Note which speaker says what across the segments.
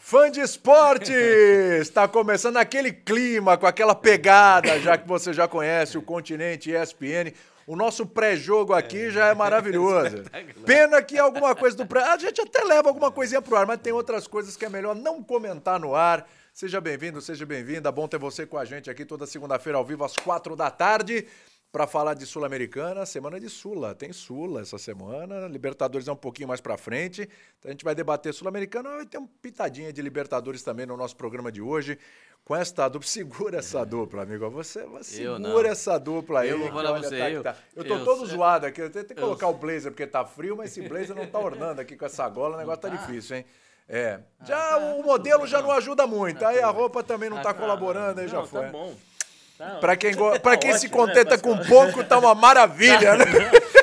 Speaker 1: Fã de esportes! Está começando aquele clima, com aquela pegada, já que você já conhece o Continente ESPN. O nosso pré-jogo aqui já é maravilhoso. Pena que alguma coisa do pré... A gente até leva alguma coisinha pro ar, mas tem outras coisas que é melhor não comentar no ar. Seja bem-vindo, seja bem-vinda. Bom ter você com a gente aqui toda segunda-feira ao vivo às quatro da tarde para falar de Sul-Americana, semana é de Sula. Tem Sula essa semana, Libertadores é um pouquinho mais para frente. Então a gente vai debater Sul-Americana, vai ter uma pitadinha de Libertadores também no nosso programa de hoje. Com essa dupla, segura essa dupla, amigo. Você, você
Speaker 2: Eu não.
Speaker 1: segura essa dupla aí.
Speaker 2: Eu vou
Speaker 1: que
Speaker 2: falar
Speaker 1: olha,
Speaker 2: pra você,
Speaker 1: tá que
Speaker 2: eu-
Speaker 1: tá. eu tô
Speaker 2: eu-
Speaker 1: todo zoado aqui. Eu tenho que
Speaker 2: eu-
Speaker 1: colocar o blazer porque tá frio, mas esse blazer não tá ornando aqui com essa gola, o negócio tá difícil, hein? É.
Speaker 2: Ah,
Speaker 1: Já
Speaker 2: tá.
Speaker 1: o modelo já não ajuda muito. Aí a roupa também não tá colaborando, aí já foi.
Speaker 2: Ah, Tá bom. Tá,
Speaker 1: Pra quem, go... pra quem se
Speaker 2: ótimo, né,
Speaker 1: contenta com
Speaker 2: Pascoal?
Speaker 1: pouco, tá uma maravilha, né?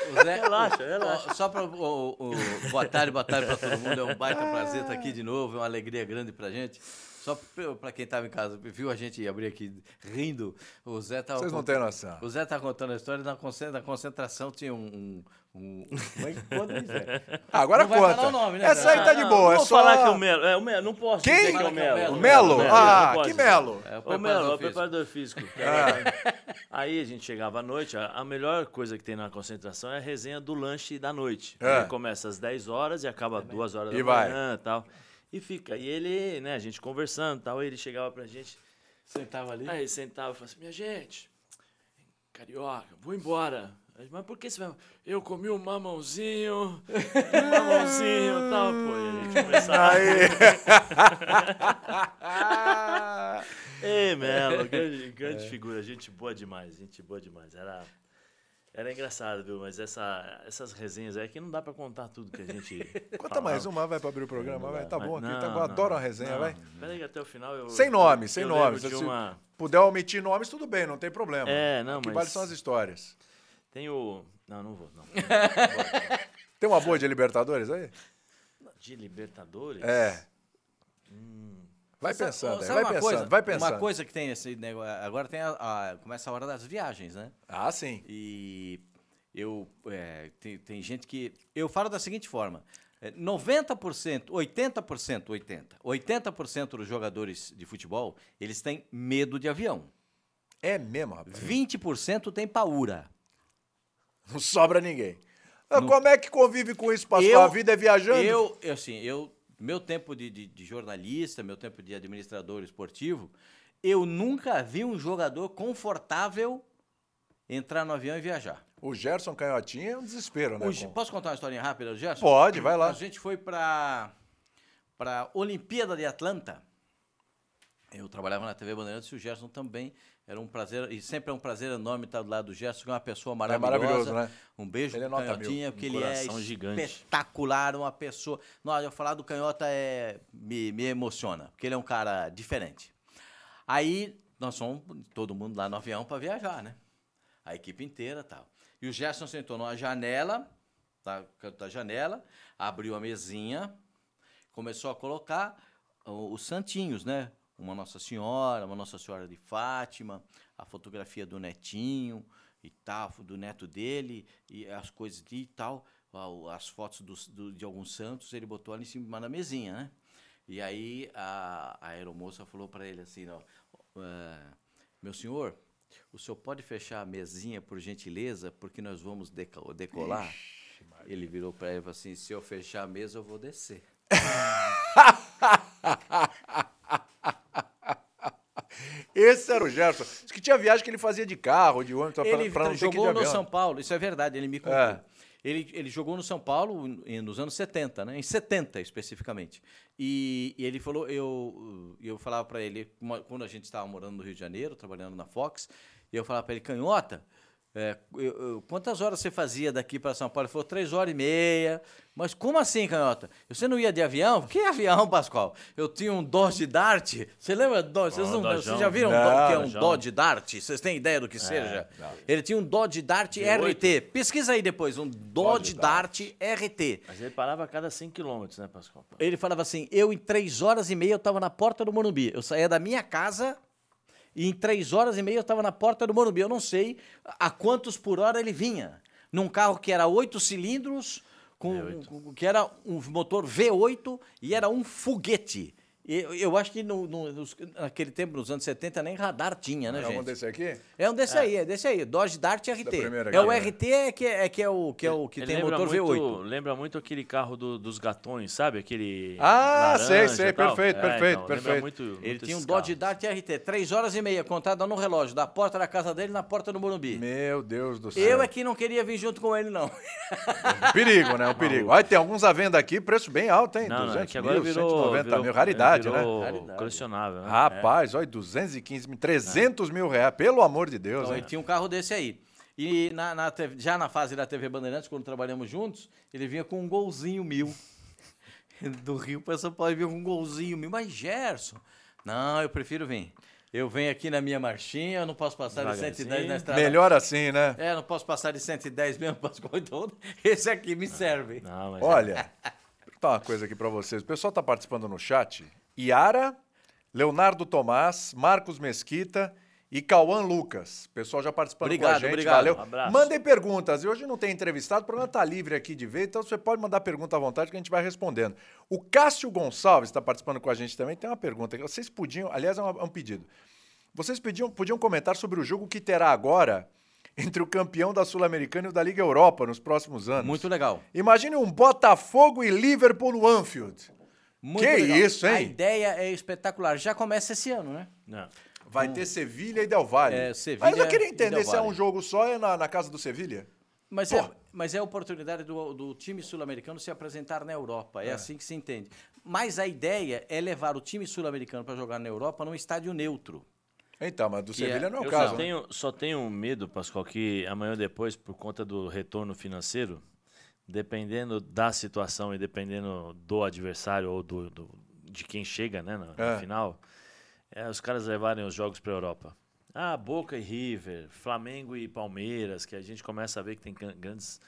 Speaker 2: o Zé-
Speaker 3: Relaxa,
Speaker 2: o-
Speaker 3: relaxa.
Speaker 2: o- Só para o, o- o- boa tarde, boa tarde para todo mundo. É um baita prazer estar aqui de novo, é uma alegria grande pra gente. Só para quem estava em casa, viu a gente abrir aqui rindo. O Zé tava
Speaker 1: Vocês não
Speaker 2: cont-
Speaker 1: têm noção.
Speaker 2: O Zé tá contando a história na concen- na concentração tinha um, um, um- Mas quando é isso, Zé?
Speaker 1: Ah, agora
Speaker 2: Não vai
Speaker 1: conta.
Speaker 2: falar o nome, né,
Speaker 1: Essa aí
Speaker 2: cara?
Speaker 1: tá de boa,
Speaker 3: não
Speaker 1: é
Speaker 3: vou
Speaker 1: só.
Speaker 3: falar que é o Melo. É, o Melo. Não posso
Speaker 1: Quem?
Speaker 3: dizer que é o Melo.
Speaker 2: O
Speaker 1: Melo?
Speaker 3: É,
Speaker 1: Ah,
Speaker 3: não posso
Speaker 1: que
Speaker 3: dizer.
Speaker 1: Melo? Ah.
Speaker 2: É, o
Speaker 3: Ô,
Speaker 2: preparador
Speaker 3: Melo, é o
Speaker 2: físico.
Speaker 3: preparador físico. Aí a gente chegava à noite, a, a melhor coisa que tem na concentração é a resenha do lanche da noite.
Speaker 1: É.
Speaker 3: Ele começa às 10 horas e acaba às 2 horas
Speaker 1: E
Speaker 3: da
Speaker 1: vai.
Speaker 3: manhã e tal. E fica. E ele, né, a gente conversando e tal, ele chegava pra gente,
Speaker 2: Sentava ali.
Speaker 3: aí sentava e falava assim, minha gente, carioca, vou embora. Aí, Mas por que você vai? Eu comi um mamãozinho, um mamãozinho e tal. Pô, e a gente começava.
Speaker 1: Aí. Ah,
Speaker 3: Ei, Melo, grande,
Speaker 1: É.
Speaker 3: grande figura, gente boa demais, gente boa demais. Era, era engraçado, viu? Mas essa, essas resenhas aí é que não dá pra contar tudo que a gente.
Speaker 1: Conta
Speaker 3: falava.
Speaker 1: mais uma, vai pra abrir o programa, vai. Tá bom aqui, tá bom.
Speaker 3: Não,
Speaker 1: Adoro
Speaker 3: não,
Speaker 1: a resenha,
Speaker 3: não.
Speaker 1: vai.
Speaker 3: Peraí, que até o final eu.
Speaker 1: Sem nome, sem assim.
Speaker 3: eu
Speaker 1: nome.
Speaker 3: lembro
Speaker 1: Se
Speaker 3: De uma...
Speaker 1: puder omitir nomes, tudo bem, não tem problema.
Speaker 3: É, não,
Speaker 1: O que
Speaker 3: mas-
Speaker 1: vale são as histórias.
Speaker 3: Tem o. Não, não vou, não.
Speaker 1: Tem uma boa de Libertadores aí?
Speaker 3: De Libertadores?
Speaker 1: É. Vai
Speaker 2: Sabe-
Speaker 1: pensando, aí,
Speaker 2: sabe
Speaker 1: vai
Speaker 2: uma
Speaker 1: pensando,
Speaker 2: coisa-
Speaker 1: vai pensando.
Speaker 2: Uma coisa que tem esse negócio. Agora tem a- a- começa a hora das viagens, né?
Speaker 1: Ah, sim.
Speaker 2: E eu é, tem, tem gente que eu falo da seguinte forma: é, 90%, 80%, 80, 80% dos jogadores de futebol, eles têm medo de avião.
Speaker 1: É mesmo, rapaz.
Speaker 2: 20% tem paura.
Speaker 1: Não sobra ninguém. Ah, Como é que convive com isso, Pascoal? a vida é viajando?
Speaker 2: Eu, eu, assim, eu, meu tempo de, de- de jornalista, meu tempo de administrador esportivo, eu nunca vi um jogador confortável entrar no avião e viajar.
Speaker 1: O Gerson Canhotinha é um desespero, né?
Speaker 2: O Ge-
Speaker 1: com-
Speaker 2: posso contar uma historinha rápida, do Gerson?
Speaker 1: Pode, vai lá.
Speaker 2: A gente foi para para Olimpíada de Atlanta. Eu trabalhava na TV Bandeirantes e o Gerson também. Era um prazer, e sempre é um prazer enorme estar do lado do Gerson, que é uma pessoa maravilhosa.
Speaker 1: maravilhoso, né?
Speaker 2: Um beijo
Speaker 1: Ele é
Speaker 2: pro
Speaker 1: nota
Speaker 2: Canhotinha,
Speaker 1: mil,
Speaker 2: porque
Speaker 3: um
Speaker 2: ele é
Speaker 3: coração gigante.
Speaker 2: espetacular, uma pessoa... Nossa, eu falar do Canhota é, me, me emociona, porque ele é um cara diferente. Aí nós fomos, todo mundo lá no avião para viajar, né? a equipe inteira tal. E o Gerson sentou numa janela, tá, canto da janela, abriu a mesinha, começou a colocar ah, o- os santinhos, né? Uma Nossa Senhora, uma Nossa Senhora de Fátima, a fotografia do netinho e tal, do neto dele, e as coisas de e tal, a- o- as fotos dos- do- de alguns santos, ele botou ali em cima na mesinha, né? E aí a, a aeromoça falou para ele assim, ó, "Ah, meu senhor, o senhor pode fechar a mesinha, por gentileza, porque nós vamos deca- decolar? ele virou para ele e falou assim: se eu fechar a mesa, eu vou descer.
Speaker 1: Esse era o Gerson. Diz que tinha viagem que ele fazia de carro, de ônibus, Então, pra-
Speaker 2: Ele
Speaker 1: pra não ter que ir de
Speaker 2: jogou no
Speaker 1: avião.
Speaker 2: São Paulo, isso é verdade, ele me contou.
Speaker 1: É.
Speaker 2: Ele, ele jogou no São Paulo em- nos anos 70, né? Em 70 especificamente. E, e ele falou, eu, eu falava para ele, uma- quando a gente estava morando no Rio de Janeiro, trabalhando na Fox, eu falava para ele, canhota, é, eu- eu- quantas horas você fazia daqui para São Paulo? Ele falou, três horas e meia. Mas como assim, canhota? Você não ia de avião? Que avião, Pascoal? Eu tinha um Dodge Dart. Você lembra? do Dodge? Vocês,
Speaker 3: Ah,
Speaker 2: não,
Speaker 3: Dodgeão.
Speaker 2: vocês já viram
Speaker 1: Não,
Speaker 2: o que é um
Speaker 3: Dodgeão.
Speaker 2: Dodge Dart? Vocês têm ideia do que seja? Ele tinha um Dodge Dart RT. Pesquisa aí depois, um Dodge, Dart. RT.
Speaker 3: Mas ele parava a cada 5 quilômetros, né, Pascoal?
Speaker 2: Ele falava assim: eu em três horas e meia eu estava na porta do Morumbi. Eu saía da minha casa e em três horas e meia eu estava na porta do Morumbi. Eu não sei a quantos por hora ele vinha. Num carro que era oito cilindros, com, com- que era um motor V8 e era um foguete. E eu- eu acho que no- no- nos- naquele tempo, nos anos 70, nem radar tinha, né,
Speaker 1: É
Speaker 2: gente?
Speaker 1: um desse aqui?
Speaker 2: É um desse aí, é desse aí. Dodge Dart RT.
Speaker 1: primeira
Speaker 2: É o
Speaker 1: galera.
Speaker 2: RT é que é, que é o que, é o que
Speaker 3: Ele
Speaker 2: tem
Speaker 3: lembra
Speaker 2: motor
Speaker 3: muito-
Speaker 2: V8.
Speaker 3: Lembra muito aquele carro do- dos gatões, sabe? Aquele.
Speaker 1: Ah, sei,
Speaker 3: laranja
Speaker 1: sei,
Speaker 3: e tal.
Speaker 1: perfeito,
Speaker 3: É,
Speaker 1: perfeito,
Speaker 3: então, lembra
Speaker 1: perfeito.
Speaker 3: muito- muito
Speaker 2: Ele tinha um
Speaker 3: esses
Speaker 2: Dodge
Speaker 3: carros.
Speaker 2: Dart RT, 3 horas e meia, contada no relógio, da porta da casa dele na porta do Morumbi.
Speaker 1: Meu Deus do céu.
Speaker 2: Eu é que não queria vir junto com ele, não.
Speaker 1: Um perigo, né? Um perigo. Olha, tem alguns à venda aqui, preço bem alto, hein?
Speaker 3: Não,
Speaker 1: 200
Speaker 3: não, é que agora
Speaker 1: mil,
Speaker 3: virou.
Speaker 1: 190
Speaker 3: virou- é,
Speaker 1: mil. Raridade, né?
Speaker 3: virou
Speaker 2: Raridade.
Speaker 3: Colecionável. né?
Speaker 1: Rapaz, olha, 215 mil, 300 mil reais, pelo amor de Deus,
Speaker 2: Então,
Speaker 1: hein?
Speaker 2: ele tinha um carro desse aí. E na- na TV já na fase da TV Bandeirantes, quando trabalhamos juntos, ele vinha com um golzinho mil. Do Rio para São Paulo, ele vinha com um golzinho mil. Mas Gerson, não, eu prefiro vir. Eu venho aqui na minha marchinha, eu não posso passar de 110 na
Speaker 3: Devagarzinho.
Speaker 2: estrada.
Speaker 1: Melhor assim, né?
Speaker 2: É, não posso passar de 110 mesmo, Pascoal. Então, esse aqui me serve.
Speaker 3: Não, mas é.
Speaker 1: Olha, vou contar uma coisa aqui pra vocês. O pessoal tá participando no chat. Yara, Leonardo Tomás, Marcos Mesquita e Cauã Lucas. O pessoal já participando com a
Speaker 2: Obrigado,
Speaker 1: gente,
Speaker 2: obrigado.
Speaker 1: valeu.
Speaker 3: Um abraço.
Speaker 1: Mandem perguntas. E hoje não tem entrevistado, o programa tá livre aqui de ver, então você pode mandar pergunta à vontade que a gente vai respondendo. O Cássio Gonçalves está participando com a gente também. Tem uma pergunta. aqui. Vocês podiam, aliás, é uma- é um pedido. Vocês pediam, podiam comentar sobre o jogo que terá agora entre o campeão da Sul-Americana e o da Liga Europa nos próximos anos.
Speaker 2: Muito legal.
Speaker 1: Imagine um Botafogo e Liverpool no Anfield.
Speaker 2: Muito
Speaker 1: Que
Speaker 2: legal.
Speaker 1: isso,
Speaker 2: A
Speaker 1: hein?
Speaker 2: ideia é espetacular. Já começa esse ano, né?
Speaker 3: é, Não.
Speaker 1: Vai ter Sevilha e Del Valle.
Speaker 2: É, Sevilha
Speaker 1: Mas eu queria
Speaker 2: e Del
Speaker 1: entender se é
Speaker 2: Valle.
Speaker 1: um jogo só é na, na casa do Sevilha.
Speaker 2: Mas é,
Speaker 1: Pô.
Speaker 2: mas é a oportunidade do, do time sul-americano se apresentar na Europa. É, assim que se entende. Mas a ideia é levar o time sul-americano para jogar na Europa num estádio neutro.
Speaker 1: Então, mas do Sevilha
Speaker 2: é-
Speaker 1: não é o
Speaker 3: Eu
Speaker 1: caso.
Speaker 3: só
Speaker 1: né?
Speaker 3: tenho, só tenho um medo, Pascoal, que amanhã ou depois, por conta do retorno financeiro, dependendo da situação e dependendo do adversário ou do, do- de quem chega né, na, na
Speaker 1: É.
Speaker 3: final, é, os caras levarem os jogos para a Europa. Ah, Boca e River, Flamengo e Palmeiras, que a gente começa a ver que tem can- grandes,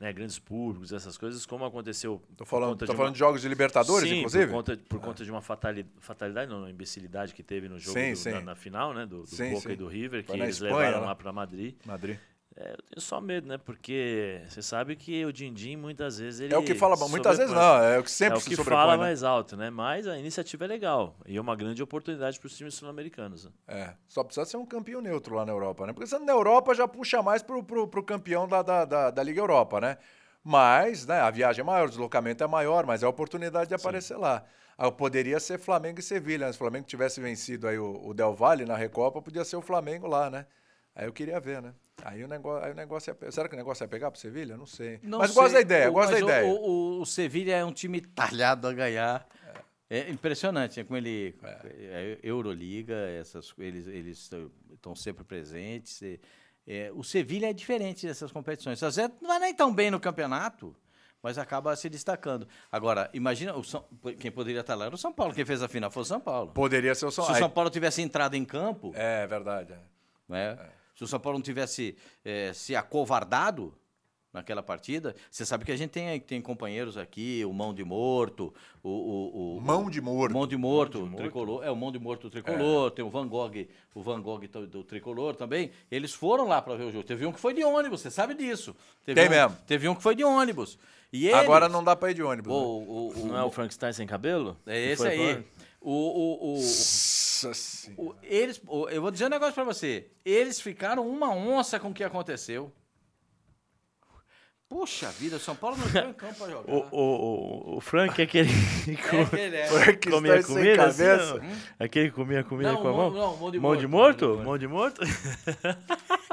Speaker 3: né, grandes públicos, essas coisas, como aconteceu.
Speaker 1: Tô
Speaker 3: por
Speaker 1: falando,
Speaker 3: conta
Speaker 1: tô
Speaker 3: de
Speaker 1: falando
Speaker 3: uma-
Speaker 1: de jogos de Libertadores,
Speaker 3: Sim,
Speaker 1: inclusive? É.
Speaker 3: Por conta, por conta de uma fatali- fatalidade, não, uma imbecilidade que teve no jogo
Speaker 1: Sim,
Speaker 3: do-
Speaker 1: sim.
Speaker 3: Na, na final, né? Do, do
Speaker 1: Sim,
Speaker 3: Boca
Speaker 1: sim.
Speaker 3: e do River, que
Speaker 1: Foi na
Speaker 3: eles
Speaker 1: Espanha,
Speaker 3: levaram
Speaker 1: né?
Speaker 3: lá para Madrid.
Speaker 1: Madrid.
Speaker 3: É, eu tenho só medo, né? Porque você sabe que o Dindim muitas vezes ele.
Speaker 1: É o que fala, muitas vezes
Speaker 3: sobrepõe.
Speaker 1: não, é o que sempre
Speaker 3: é o
Speaker 1: se
Speaker 3: que
Speaker 1: sobrepõe,
Speaker 3: fala
Speaker 1: né?
Speaker 3: mais alto, né? Mas a iniciativa é legal. E é uma grande oportunidade para os times sul-americanos. né?
Speaker 1: É, só precisa ser um campeão neutro lá na Europa, né? Porque sendo na Europa já puxa mais pro, pro, pro campeão da, da, da, da Liga Europa, né? Mas, né, a viagem é maior, o deslocamento é maior, mas é a oportunidade de aparecer lá. Ah, poderia ser Flamengo e Sevilha, né? Se o Flamengo tivesse vencido aí o, o Del Valle na Recopa, podia ser o Flamengo lá, né? Aí eu queria ver, né? Aí o negócio, aí o negócio ia, pe- será que o negócio ia pegar pro Sevilha? Não sei.
Speaker 2: Não
Speaker 1: mas gosto
Speaker 2: sei,
Speaker 1: da ideia,
Speaker 2: o-
Speaker 1: gosto da
Speaker 2: mas o-
Speaker 1: ideia.
Speaker 2: O, o- o Sevilha é um time talhado a ganhar. É impressionante, né? como ele é, Euroliga, essas co- eles eles estão sempre presentes. e, é, o Sevilha é diferente dessas competições. Às vezes não vai nem tão bem no campeonato, mas acaba se destacando. Agora, imagina o São- quem poderia estar lá era o São Paulo, quem fez a final foi o São Paulo.
Speaker 1: Poderia ser o São
Speaker 2: Se o
Speaker 1: aí-
Speaker 2: São Paulo tivesse entrado em campo,
Speaker 1: É, verdade. é.
Speaker 2: né? Se o São Paulo não tivesse eh, se acovardado naquela partida, você sabe que a gente tem, tem companheiros aqui, o Mão de Morto, o... o, o
Speaker 1: Mão de
Speaker 2: o
Speaker 1: morto. É.
Speaker 2: Mão de Morto, tricolor, é o Mão de Morto tricolor, tem o Van Gogh, o Van Gogh to- do tricolor também. Eles foram lá para ver o jogo. Teve um que foi de ônibus, você sabe disso. Teve
Speaker 1: Tem
Speaker 2: um,
Speaker 1: mesmo.
Speaker 2: Teve um que foi de ônibus. E
Speaker 1: Agora
Speaker 2: eles-
Speaker 1: não dá pra ir de ônibus.
Speaker 2: o,
Speaker 1: né?
Speaker 2: o, o-
Speaker 3: Não é o Frankenstein sem cabelo?
Speaker 2: é
Speaker 3: Que
Speaker 2: esse
Speaker 3: foi
Speaker 2: aí.
Speaker 3: pra-
Speaker 2: O- o- o,
Speaker 1: Nossa senhora.
Speaker 2: o- eles, o- eu vou dizer um negócio pra você. Eles ficaram uma onça com o que aconteceu. Puxa vida, o São Paulo não
Speaker 1: um
Speaker 2: tem campo pra jogar.
Speaker 3: O, o, o, o Frank é aquele que
Speaker 2: É aquele, é.
Speaker 1: Frankenstein
Speaker 3: comia
Speaker 1: sem
Speaker 3: comida? assim,
Speaker 1: cabeça.
Speaker 3: não? Aquele que comia comida
Speaker 2: Não,
Speaker 3: com a
Speaker 2: mão-
Speaker 3: mão?
Speaker 2: não, mão de
Speaker 3: mão de
Speaker 2: morto,
Speaker 3: morto? Mão de morto?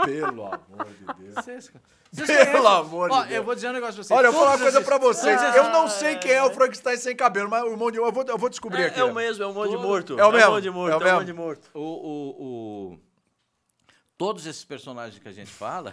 Speaker 1: Pelo amor de Deus.
Speaker 2: Vocês- vocês
Speaker 1: Pelo
Speaker 2: conhecem-
Speaker 1: amor de
Speaker 2: Ó,
Speaker 1: Deus.
Speaker 2: Eu vou dizer um negócio pra vocês.
Speaker 1: Olha, eu vou falar uma
Speaker 2: Todos
Speaker 1: coisa
Speaker 2: esses-
Speaker 1: pra vocês.
Speaker 2: Ah,
Speaker 1: eu não sei quem é o Frankenstein sem cabelo, mas o mão de eu vou, eu vou descobrir aqui.
Speaker 3: É o mesmo, é o mão de morto.
Speaker 1: É o mesmo,
Speaker 3: mão de morto,
Speaker 1: é
Speaker 3: é
Speaker 1: o
Speaker 3: o mão
Speaker 1: mesmo.
Speaker 3: de morto.
Speaker 2: O, o- o- Todos esses personagens que a gente fala,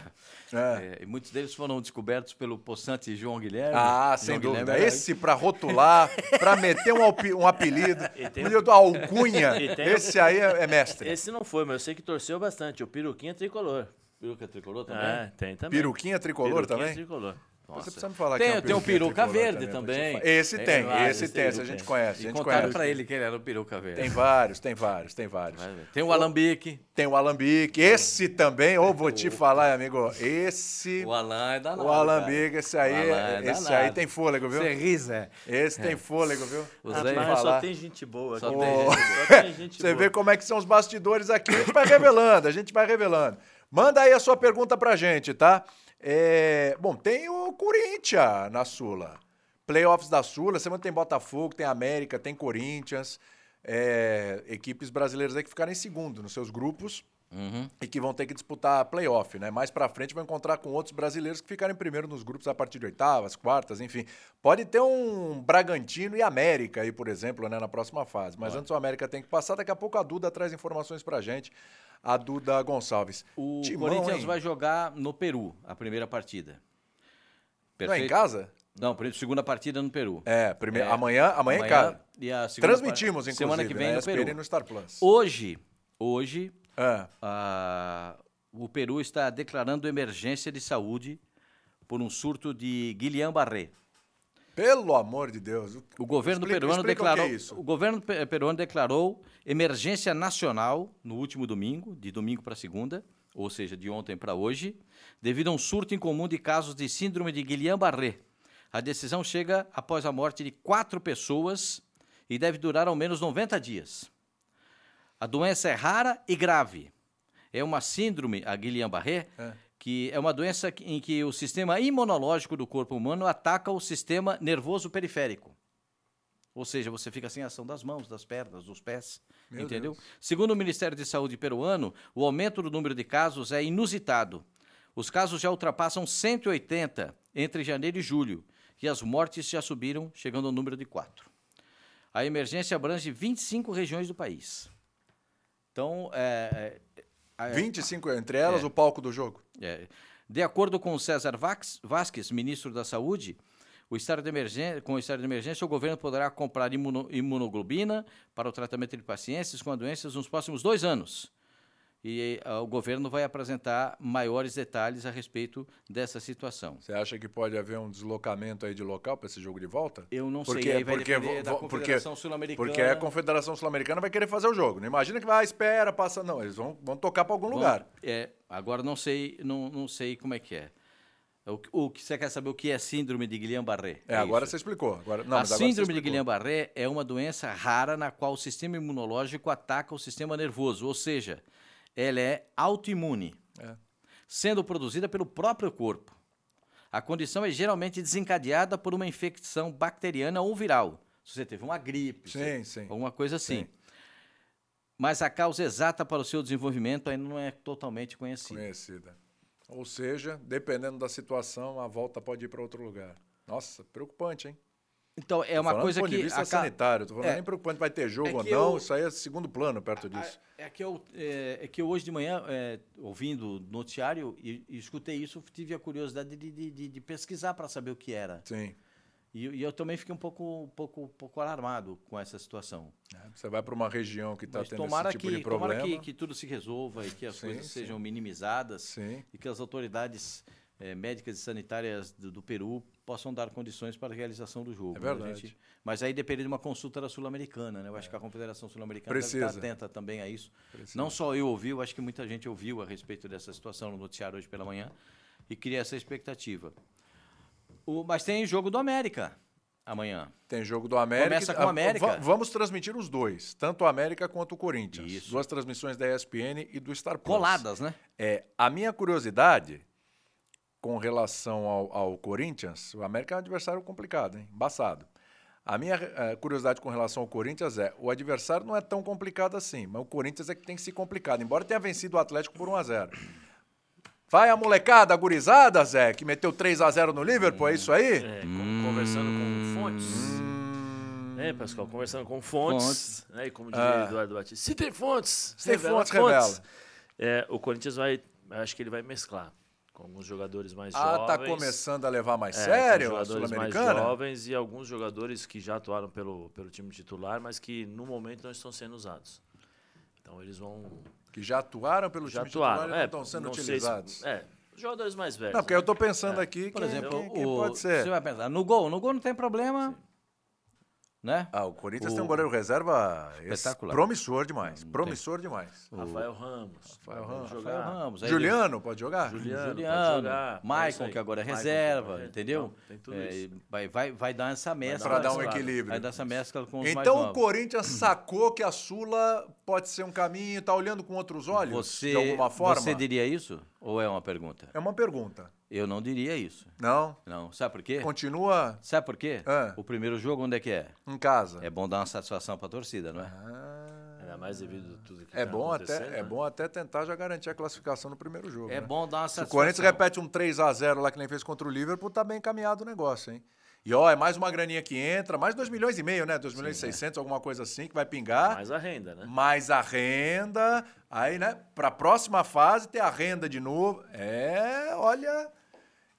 Speaker 1: É.
Speaker 2: é, e muitos deles foram descobertos pelo possante João Guilherme.
Speaker 1: Ah,
Speaker 2: João
Speaker 1: sem
Speaker 2: Guilherme é
Speaker 1: dúvida.
Speaker 2: era-
Speaker 1: Esse pra rotular, pra meter um, alpi- um apelido,
Speaker 3: tem-
Speaker 1: melhor
Speaker 2: um-
Speaker 1: do alcunha,
Speaker 3: E tem-
Speaker 1: esse aí é, é mestre.
Speaker 3: Esse não foi, mas eu sei que torceu bastante. O peruquinha tricolor.
Speaker 2: Peruca tricolor também.
Speaker 3: Ah, tem também.
Speaker 1: É, Peruquinha tricolor
Speaker 3: Peruquinha
Speaker 1: também?
Speaker 3: tricolor.
Speaker 1: Você precisa me falar
Speaker 2: tem,
Speaker 1: que é um
Speaker 2: tem o
Speaker 1: peruca
Speaker 2: peruca
Speaker 1: tricolor
Speaker 2: verde também. é
Speaker 1: pra gente falar. Esse tem,
Speaker 2: vários
Speaker 1: esse tem, esse a gente
Speaker 2: perucas.
Speaker 1: conhece, a
Speaker 2: E
Speaker 1: gente
Speaker 2: contaram
Speaker 1: conhece.
Speaker 2: pra ele que ele era o peruca verde.
Speaker 1: Tem vários, tem vários, tem vários.
Speaker 2: Tem o alambique.
Speaker 1: Tem o alambique, esse também, ou vou te falar, amigo, esse...
Speaker 2: O Alan é danado.
Speaker 1: O alambique, esse aí,
Speaker 2: O Alan é
Speaker 1: esse
Speaker 2: danado.
Speaker 1: aí tem fôlego, viu?
Speaker 2: Sorriso, é.
Speaker 1: Esse tem fôlego, viu?
Speaker 2: Os
Speaker 1: Vou te
Speaker 2: Zé-
Speaker 3: Mas
Speaker 1: falar.
Speaker 3: só tem gente boa aqui.
Speaker 2: Só tem
Speaker 3: Ô,
Speaker 2: gente
Speaker 1: boa.
Speaker 3: Só tem gente
Speaker 1: Você
Speaker 3: boa.
Speaker 1: vê como é que são os bastidores aqui. A gente vai revelando, a gente vai revelando. Manda aí a sua pergunta pra gente, tá? É, Bom, tem o Corinthians na Sula. Playoffs da Sula, semana tem Botafogo, tem América, tem Corinthians. É, Equipes brasileiras aí que ficaram em segundo nos seus grupos
Speaker 2: Uhum.
Speaker 1: e que vão ter que disputar playoff, né? Mais pra frente vão encontrar com outros brasileiros que ficarem primeiro nos grupos a partir de oitavas, quartas, enfim. Pode ter um Bragantino e América aí, por exemplo, né, na próxima fase. Mas antes o América tem que passar, daqui a pouco a Duda traz informações pra gente, a Duda Gonçalves.
Speaker 2: O
Speaker 1: Timão,
Speaker 2: Corinthians
Speaker 1: hein?
Speaker 2: vai jogar no Peru, a primeira partida.
Speaker 1: Não é em casa?
Speaker 2: Não, pri- segunda partida no Peru.
Speaker 1: É, primeiro,
Speaker 2: É,
Speaker 1: amanhã, amanhã, em casa.
Speaker 2: E a segunda
Speaker 1: Transmitimos,
Speaker 2: par-
Speaker 1: inclusive,
Speaker 2: Semana que vem
Speaker 1: né?
Speaker 2: no
Speaker 1: SPN e
Speaker 2: Peru.
Speaker 1: no Star Plus.
Speaker 2: Hoje, hoje,
Speaker 1: Ah,
Speaker 2: ah, o Peru está declarando emergência de saúde por um surto de Guillain-Barré.
Speaker 1: pelo amor de Deus.
Speaker 2: O governo
Speaker 1: Explica-
Speaker 2: peruano
Speaker 1: explica o que
Speaker 2: declarou,
Speaker 1: é isso.
Speaker 2: o governo pe- peruano declarou emergência nacional no último domingo, de domingo para segunda, ou seja, de ontem para hoje, devido a um surto incomum de casos de síndrome de Guillain-Barré. A decisão chega após a morte de quatro pessoas e deve durar ao menos 90 dias. A doença é rara e grave. É uma síndrome, a Guillain-Barré,
Speaker 1: É.
Speaker 2: que é uma doença que- em que o sistema imunológico do corpo humano ataca o sistema nervoso periférico. Ou seja, você fica sem ação das mãos, das pernas, dos pés.
Speaker 1: Meu
Speaker 2: entendeu? Segundo o Ministério de Saúde peruano, o aumento do número de casos é inusitado. Os casos já ultrapassam 180 entre janeiro e julho. E as mortes já subiram, chegando ao número de quatro. A emergência abrange 25 regiões do país. Então, é, é, é,
Speaker 1: 25 entre elas, o palco do jogo.
Speaker 2: é. De acordo com César Vax- Vasques, ministro da Saúde, o estado de emergência, com o estado de emergência, o governo poderá comprar imuno- imunoglobina para o tratamento de pacientes com a doença nos próximos dois anos. E ah, o governo vai apresentar maiores detalhes a respeito dessa situação.
Speaker 1: Você acha que pode haver um deslocamento aí de local para esse jogo de volta?
Speaker 2: Eu não
Speaker 1: Porque-
Speaker 2: sei, aí vai
Speaker 1: porque
Speaker 2: depender da
Speaker 1: vo-
Speaker 2: Confederação
Speaker 1: porque-
Speaker 2: Sul-Americana.
Speaker 1: Porque é a Confederação Sul-Americana vai querer fazer o jogo. Não imagina que vai, ah, espera, passa. Não, eles vão, vão tocar para algum
Speaker 2: Vamos-
Speaker 1: lugar.
Speaker 2: É, agora não sei, não, não sei como é que é. O, que- o que você quer saber o que é síndrome de Guillain-Barré?
Speaker 1: É, agora
Speaker 2: isso.
Speaker 1: você explicou. Agora, não,
Speaker 2: a
Speaker 1: mas agora você
Speaker 2: síndrome de
Speaker 1: explicou.
Speaker 2: Guillain-Barré é uma doença rara na qual o sistema imunológico ataca o sistema nervoso, ou seja, ela é autoimune,
Speaker 1: É.
Speaker 2: sendo produzida pelo próprio corpo. A condição é geralmente desencadeada por uma infecção bacteriana ou viral. Se você teve uma gripe, você-
Speaker 1: Sim, sim.
Speaker 2: alguma coisa assim.
Speaker 1: Sim.
Speaker 2: Mas a causa exata para o seu desenvolvimento ainda não é totalmente conhecida.
Speaker 1: Conhecida. Ou seja, dependendo da situação, a volta pode ir para outro lugar. Nossa, preocupante, hein?
Speaker 2: Então, é
Speaker 1: Tô
Speaker 2: uma
Speaker 1: falando
Speaker 2: coisa
Speaker 1: do ponto
Speaker 2: que
Speaker 1: de vista
Speaker 2: a ca-
Speaker 1: sanitário. Tô falando
Speaker 2: É.
Speaker 1: nem preocupante vai ter jogo
Speaker 2: É
Speaker 1: ou
Speaker 2: que
Speaker 1: não.
Speaker 2: eu-
Speaker 1: Isso aí é segundo plano perto disso.
Speaker 2: É que eu, é, é que eu hoje de manhã, é, ouvindo o noticiário e, e escutei isso, tive a curiosidade de, de- de- de pesquisar para saber o que era.
Speaker 1: Sim.
Speaker 2: E, e eu também fiquei um pouco, um pouco, um pouco alarmado com essa situação.
Speaker 1: É, Você vai para uma região que está
Speaker 2: Mas
Speaker 1: tendo
Speaker 2: tomara,
Speaker 1: esse tipo
Speaker 2: que,
Speaker 1: de
Speaker 2: tomara
Speaker 1: problema.
Speaker 2: que, que tudo se resolva e que as
Speaker 1: Sim,
Speaker 2: coisas
Speaker 1: sim.
Speaker 2: sejam minimizadas
Speaker 1: Sim.
Speaker 2: e que as autoridades eh, médicas e sanitárias do, do Peru possam dar condições para a realização do jogo.
Speaker 1: É
Speaker 2: né? A
Speaker 1: verdade. É.
Speaker 2: gente- mas aí depende de uma consulta da Sul-Americana, né? Eu acho que a Confederação Sul-Americana deve estar
Speaker 1: Precisa.
Speaker 2: atenta também a isso.
Speaker 1: Precisa.
Speaker 2: Não só eu ouvi, eu acho que muita gente ouviu a respeito dessa situação no noticiário hoje pela manhã e cria essa expectativa. O- mas tem jogo do América amanhã.
Speaker 1: Tem jogo do América.
Speaker 2: Começa com
Speaker 1: Ah,
Speaker 2: o América.
Speaker 1: va- Vamos transmitir os dois, tanto o América quanto o Corinthians.
Speaker 2: Isso.
Speaker 1: Duas transmissões da ESPN e do Star Plus.
Speaker 2: Coladas, né?
Speaker 1: É, a minha curiosidade com relação ao, ao Corinthians, o América é um adversário complicado, hein? Embaçado. A minha eh, curiosidade com relação ao Corinthians é, o adversário não é tão complicado assim, mas o Corinthians é que tem que se complicar, embora tenha vencido o Atlético por 1 a 0. Vai a molecada, a gurizada, Zé, que meteu 3 a 0 no Liverpool, é isso aí?
Speaker 3: É, con- Conversando
Speaker 1: Hum.
Speaker 3: com fontes. É, Pascoal, conversando com fontes. Né, e como
Speaker 1: Ah.
Speaker 3: diria Eduardo Batista, se tem fontes,
Speaker 1: Se tem
Speaker 3: revela
Speaker 1: fontes,
Speaker 3: É, o Corinthians vai, acho que ele vai mesclar com alguns jogadores mais
Speaker 1: Ah,
Speaker 3: jovens.
Speaker 1: tá começando a levar mais
Speaker 3: É,
Speaker 1: sério
Speaker 3: com
Speaker 1: a
Speaker 3: jogadores mais
Speaker 1: Sul-Americana?
Speaker 3: jovens e alguns jogadores que já atuaram pelo, pelo time titular, mas que no momento não estão sendo usados. Então eles vão
Speaker 1: Que já atuaram pelo
Speaker 3: já
Speaker 1: time
Speaker 3: atuaram,
Speaker 1: titular e
Speaker 3: é,
Speaker 1: não estão sendo
Speaker 3: não sei se-
Speaker 1: utilizados.
Speaker 3: é, Jogadores mais velhos.
Speaker 1: Não, porque
Speaker 3: né?
Speaker 1: eu tô pensando aqui,
Speaker 2: é. Por
Speaker 1: quem-
Speaker 2: exemplo,
Speaker 1: quem, quem
Speaker 2: o-
Speaker 1: é, pode ser?
Speaker 2: você vai pensar, no gol, no gol não tem problema, né?
Speaker 1: Ah, o Corinthians
Speaker 2: O-
Speaker 1: tem um goleiro reserva esse-
Speaker 2: Espetacular.
Speaker 1: promissor demais, promissor demais.
Speaker 3: né? Rafael Ramos. tá
Speaker 1: Rafael Ramos.
Speaker 3: Jogar.
Speaker 2: Rafael Ramos, aí
Speaker 1: Juliano pode jogar?
Speaker 3: Juliano,
Speaker 2: Juliano,
Speaker 3: pode jogar.
Speaker 2: Maicon,
Speaker 3: É isso aí.
Speaker 2: que agora é
Speaker 3: Maicon,
Speaker 2: reserva,
Speaker 3: pode-
Speaker 2: entendeu?
Speaker 3: então, tem tudo
Speaker 2: É,
Speaker 3: isso.
Speaker 2: e Vai, vai, vai dar essa mescla.
Speaker 1: Pra dar um
Speaker 2: vai-
Speaker 1: equilíbrio.
Speaker 2: Vai dar essa mescla com os mais
Speaker 1: Então o
Speaker 2: novos.
Speaker 1: Corinthians sacou que a Sula pode ser um caminho, tá olhando com outros olhos,
Speaker 2: Você,
Speaker 1: de alguma forma?
Speaker 2: você diria isso? Ou é uma pergunta?
Speaker 1: É uma pergunta.
Speaker 2: Eu não diria isso.
Speaker 1: Não?
Speaker 2: Não. Sabe por quê?
Speaker 1: Continua
Speaker 2: Sabe por quê?
Speaker 1: Ah.
Speaker 2: O primeiro jogo, onde é que é?
Speaker 1: em casa.
Speaker 2: É bom dar uma satisfação pra torcida, não é?
Speaker 1: Ah,
Speaker 3: Ainda mais devido a tudo que
Speaker 1: É
Speaker 3: tá
Speaker 1: bom,
Speaker 3: acontecendo,
Speaker 1: até, é
Speaker 3: né?
Speaker 1: bom até tentar já garantir a classificação no primeiro jogo. né?
Speaker 2: É bom dar uma
Speaker 1: Se o
Speaker 2: satisfação.
Speaker 1: Corinthians repete um 3x0 lá que nem fez contra o Liverpool, tá bem encaminhado o negócio, hein? E ó, é mais uma graninha que entra, mais 2 milhões e meio, né? 2 milhões e 600, alguma coisa assim, que vai pingar. Mais,
Speaker 3: Mas a renda, né?
Speaker 1: a renda. Aí, né, pra próxima fase ter a renda de novo. É, olha.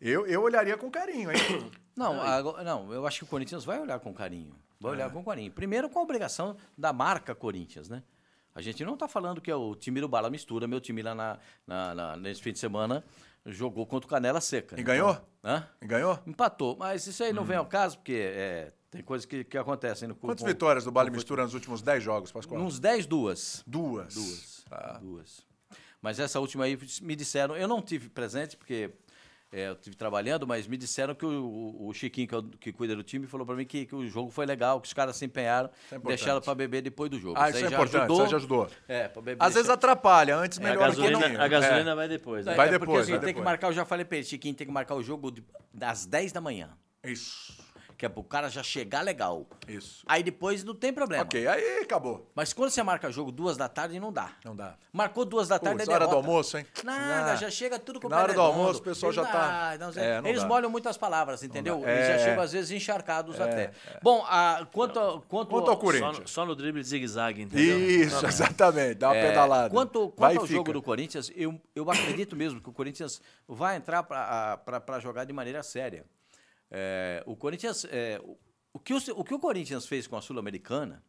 Speaker 1: Eu, eu olharia com carinho, hein?
Speaker 2: Não, agora- não, eu acho que o Corinthians vai olhar com carinho. Vai
Speaker 1: É.
Speaker 2: olhar com carinho. Primeiro com a obrigação da marca Corinthians, né? A gente não está falando que é o time do Bala Mistura, meu time lá na, na- na- nesse fim de semana jogou contra o Canela Seca.
Speaker 1: E
Speaker 2: né?
Speaker 1: ganhou?
Speaker 2: Hã?
Speaker 1: E ganhou?
Speaker 2: Empatou, mas isso aí não vem ao caso, porque é, tem coisas que, que acontecem. No,
Speaker 1: Quantas
Speaker 2: com-
Speaker 1: vitórias do Bale Mistura nos últimos 10 jogos, Pascoal?
Speaker 2: Uns 10, duas.
Speaker 1: Duas.
Speaker 2: Duas.
Speaker 1: Tá.
Speaker 2: Duas. Mas essa última aí me disseram, eu não tive presente porque é, eu estive trabalhando, mas me disseram que o, o- o Chiquinho, que, é o- que cuida do time, falou para mim que, que o jogo foi legal, que os caras se empenharam,
Speaker 1: é importante.
Speaker 2: deixaram para beber depois do jogo.
Speaker 1: Ah, isso
Speaker 2: aí
Speaker 1: é importante, isso aí já ajudou.
Speaker 2: É, pra beber.
Speaker 1: Às vezes
Speaker 2: deixa-
Speaker 1: atrapalha, antes
Speaker 3: a
Speaker 1: melhor um pouquinho.
Speaker 3: gasolina, a gasolina
Speaker 1: É.
Speaker 3: vai depois. né?
Speaker 1: Vai
Speaker 2: é porque
Speaker 1: depois,
Speaker 2: assim,
Speaker 1: vai
Speaker 2: tem
Speaker 1: depois.
Speaker 2: que marcar, eu já falei para ele, Chiquinho, tem que marcar o jogo de- das 10 da manhã,
Speaker 1: Isso,
Speaker 2: que é pro cara já chegar legal.
Speaker 1: isso.
Speaker 2: Aí depois não tem problema.
Speaker 1: Ok, aí acabou.
Speaker 2: Mas quando você marca jogo duas da tarde, não dá.
Speaker 1: Não dá.
Speaker 2: Marcou duas da tarde,
Speaker 1: Putz,
Speaker 2: é
Speaker 1: hora do
Speaker 2: derrota.
Speaker 1: almoço, hein?
Speaker 2: Nada,
Speaker 1: Ah.
Speaker 2: já chega tudo com o
Speaker 1: Na
Speaker 2: pé
Speaker 1: hora do
Speaker 2: redondo.
Speaker 1: almoço, o pessoal já
Speaker 2: Não
Speaker 1: tá-
Speaker 2: dá, não,
Speaker 1: É, não
Speaker 2: eles
Speaker 1: dá.
Speaker 2: molham muitas palavras, entendeu? Eles
Speaker 1: É.
Speaker 2: já chegam, às vezes, encharcados até. Bom, a, quanto, a- quanto,
Speaker 1: Quanto ao Corinthians.
Speaker 3: Só, no- só no drible de zigue-zague, entendeu?
Speaker 1: Isso, exatamente. Dá uma
Speaker 2: é,
Speaker 1: pedalada.
Speaker 2: Quanto, quanto
Speaker 1: Vai e
Speaker 2: ao jogo
Speaker 1: fica.
Speaker 2: do Corinthians, eu, eu acredito mesmo que o Corinthians vai entrar para jogar de maneira séria. É, o Corinthians. é, o, o que o, o que o Corinthians fez com a Sul-Americana,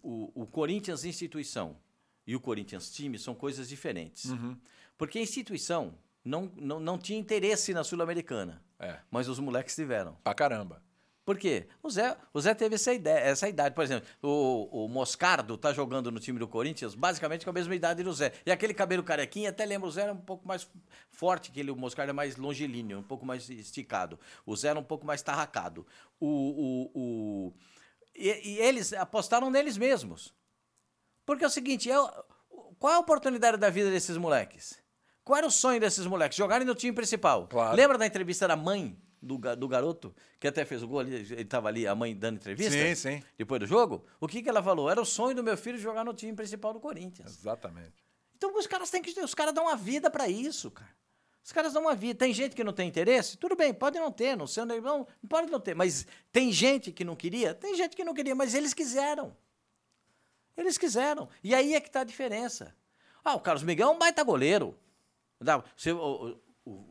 Speaker 2: o, o Corinthians instituição e o Corinthians time são coisas diferentes.
Speaker 1: Uhum.
Speaker 2: Porque a instituição não, não, não tinha interesse na Sul-Americana,
Speaker 1: É.
Speaker 2: mas os moleques tiveram.
Speaker 1: Pra caramba.
Speaker 2: Por quê? O Zé, o Zé teve essa, ideia, essa idade. Por exemplo, o, o Moscardo tá jogando no time do Corinthians basicamente com a mesma idade do Zé. E aquele cabelo carequinha, até lembra, o Zé era um pouco mais forte que ele. O Moscardo é mais longilíneo, um pouco mais esticado. O Zé era um pouco mais tarracado. O, o, o- e, e eles apostaram neles mesmos. Porque é o seguinte, é, o- qual é a oportunidade da vida desses moleques? Qual era o sonho desses moleques? Jogarem no time principal.
Speaker 1: Claro.
Speaker 2: Lembra da entrevista da mãe do, ga- do garoto, que até fez o gol ali, ele estava ali, a mãe dando entrevista?
Speaker 1: Sim, sim.
Speaker 2: Depois do jogo? O que, que ela falou? Era o sonho do meu filho jogar no time principal do Corinthians.
Speaker 1: Exatamente.
Speaker 2: Então os caras têm que. Os caras dão uma vida pra isso, cara. Os caras dão uma vida. Tem gente que não tem interesse? Tudo bem, pode não ter, não sei onde. é Não, pode não ter. Mas tem gente que não queria? Tem gente que não queria, mas eles quiseram. Eles quiseram. E aí é que tá a diferença. Ah, o Carlos Miguel é um baita goleiro. Dá- você- o- o- o- o-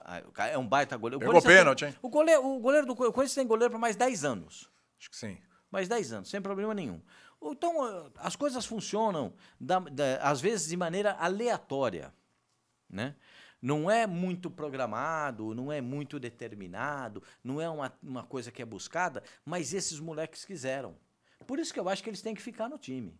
Speaker 2: ah, o cara é um baita goleiro. O
Speaker 1: Pegou
Speaker 2: Corinthians tem-
Speaker 1: pênalti, hein?
Speaker 2: O goleiro, o goleiro do Cor- o Corinthians tem goleiro por mais 10 anos.
Speaker 1: Acho que sim.
Speaker 2: Mais 10 anos, sem problema nenhum. Então, eh, as coisas funcionam, da- da- às vezes, de maneira aleatória. Né? Não é muito programado, não é muito determinado, não é uma, uma coisa que é buscada, mas esses moleques quiseram. Por isso que eu acho que eles têm que ficar no time.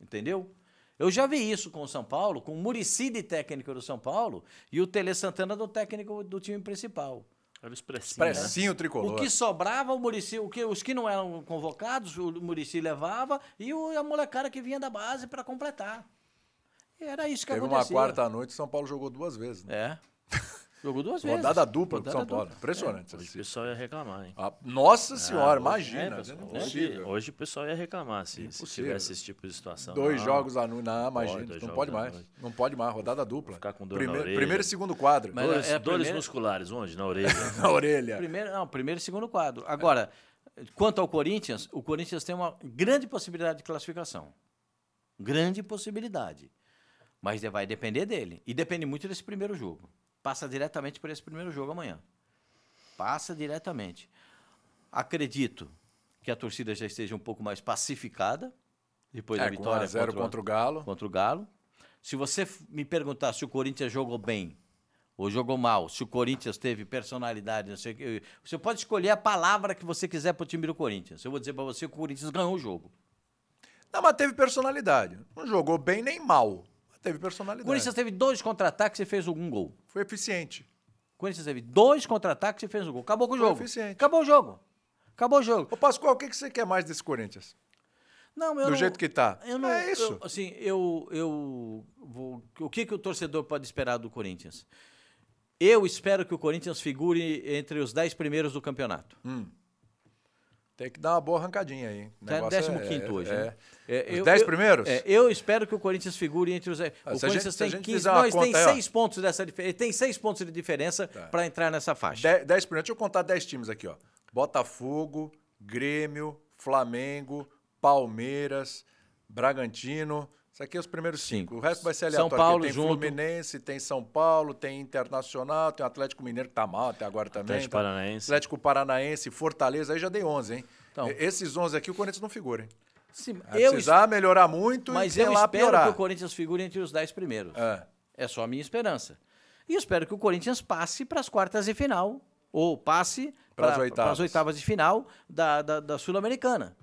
Speaker 2: Entendeu? Eu já vi isso com o São Paulo, com o Murici de técnico do São Paulo e o Tele Santana do técnico do time principal.
Speaker 3: Olha o expressinho. né?
Speaker 1: Precinho tricolor.
Speaker 2: O que sobrava, o Murici, o que, os que não eram convocados, o Murici levava e o, a molecada que vinha da base para completar. E era isso que
Speaker 1: Teve uma
Speaker 2: acontecia.
Speaker 1: quarta noite, São Paulo jogou duas vezes. Né?
Speaker 2: É. Jogou duas vezes.
Speaker 1: Rodada dupla do
Speaker 2: Rodada
Speaker 1: São Paulo.
Speaker 2: dupla. É,
Speaker 1: Impressionante.
Speaker 3: Hoje o
Speaker 1: esse-
Speaker 3: pessoal ia reclamar, hein?
Speaker 1: Ah, nossa senhora,
Speaker 3: Ah, hoje-
Speaker 1: imagina.
Speaker 3: é,
Speaker 1: é
Speaker 3: pessoal, hoje,
Speaker 1: impossível.
Speaker 3: hoje o pessoal ia reclamar se, se
Speaker 1: Impossível.
Speaker 3: tivesse esse tipo de situação.
Speaker 1: Dois
Speaker 3: Não,
Speaker 1: jogos à noite. Não, imagina.
Speaker 3: dois
Speaker 1: não
Speaker 3: jogos
Speaker 1: pode
Speaker 3: à
Speaker 1: mais.
Speaker 3: noite.
Speaker 1: Não pode mais. Rodada dupla.
Speaker 3: ficar com dor na
Speaker 1: primeiro,
Speaker 3: orelha.
Speaker 1: primeiro e segundo quadro.
Speaker 2: Mas-
Speaker 3: Dores,
Speaker 2: É a
Speaker 3: dores
Speaker 2: primeira-
Speaker 3: musculares, onde? Na orelha.
Speaker 1: Na orelha.
Speaker 2: Primeiro, não, primeiro e segundo quadro. Agora, quanto ao Corinthians, o Corinthians tem uma grande possibilidade de classificação. Grande possibilidade. Mas de- vai depender dele. E depende muito desse primeiro jogo. Passa diretamente por esse primeiro jogo amanhã. Passa diretamente. Acredito que a torcida já esteja um pouco mais pacificada depois
Speaker 1: É,
Speaker 2: da
Speaker 1: com
Speaker 2: vitória
Speaker 1: 1 a 0 contra o Galo.
Speaker 2: contra o Galo. Se você f- me perguntar se o Corinthians jogou bem ou jogou mal, se o Corinthians teve personalidade, não sei o quê. Você pode escolher a palavra que você quiser para o time do Corinthians. Eu vou dizer para você que o Corinthians ganhou o jogo.
Speaker 1: Não, mas teve personalidade. Não jogou bem nem mal. Mas teve
Speaker 2: O
Speaker 1: personalidade.
Speaker 2: Corinthians teve dois contra-ataques e fez um gol.
Speaker 1: Foi eficiente.
Speaker 2: O Corinthians teve dois contra-ataques e fez um gol. Acabou com o
Speaker 1: Foi
Speaker 2: jogo.
Speaker 1: eficiente.
Speaker 2: Acabou o jogo. Acabou o jogo.
Speaker 1: Ô, Pascoal, o que que você quer mais desse Corinthians?
Speaker 2: Não, eu
Speaker 1: Do
Speaker 2: não-
Speaker 1: jeito que tá.
Speaker 2: Eu não,
Speaker 1: É isso.
Speaker 2: eu- assim, eu, eu vou- o que, que o torcedor pode esperar do Corinthians? Eu espero que o Corinthians figure entre os 10 primeiros do campeonato.
Speaker 1: Hum. Tem que dar uma boa arrancadinha aí. hein? O
Speaker 2: Tá
Speaker 1: negócio
Speaker 2: em
Speaker 1: é-
Speaker 2: 15 hoje.
Speaker 1: é-
Speaker 2: né? É,
Speaker 1: Os
Speaker 2: eu-
Speaker 1: 10
Speaker 2: eu-
Speaker 1: primeiros? Ah,
Speaker 2: é, eu espero que o Corinthians figure entre os.
Speaker 1: se
Speaker 2: o
Speaker 1: a gente-
Speaker 2: Corinthians
Speaker 1: se a
Speaker 2: tem
Speaker 1: gente
Speaker 2: 15.
Speaker 1: fizer uma
Speaker 2: Não, ele tem
Speaker 1: conta aí, ó.
Speaker 2: 6 pontos dessa diferença. Ele tem 6 pontos de diferença para entrar nessa faixa.
Speaker 1: De- dez primeiros. Deixa eu contar 10 times aqui, ó. Botafogo, Grêmio, Flamengo, Palmeiras, Bragantino. Isso aqui é os primeiros cinco.
Speaker 2: Cinco.
Speaker 1: O resto vai ser
Speaker 2: São
Speaker 1: aleatório.
Speaker 2: Paulo
Speaker 1: tem
Speaker 2: junto.
Speaker 1: Fluminense, tem São Paulo, tem Internacional, tem Atlético Mineiro que tá mal até agora também.
Speaker 3: Atlético
Speaker 1: tá?
Speaker 3: Paranaense.
Speaker 1: Atlético Paranaense, Fortaleza, aí já dei 11, hein?
Speaker 2: Então.
Speaker 1: E- Esses 11 aqui o Corinthians não figura, hein?
Speaker 2: Sim,
Speaker 1: Vai
Speaker 2: eu,
Speaker 1: precisar melhorar muito
Speaker 2: mas
Speaker 1: e sei
Speaker 2: eu
Speaker 1: lá
Speaker 2: espero
Speaker 1: piorar.
Speaker 2: que o Corinthians figure entre os 10 primeiros.
Speaker 1: É.
Speaker 2: É só a minha esperança. E eu espero que o Corinthians passe para as quartas de final, ou passe
Speaker 1: Para as
Speaker 2: para
Speaker 1: oitavas.
Speaker 2: para as oitavas de final da, da, da Sul-Americana.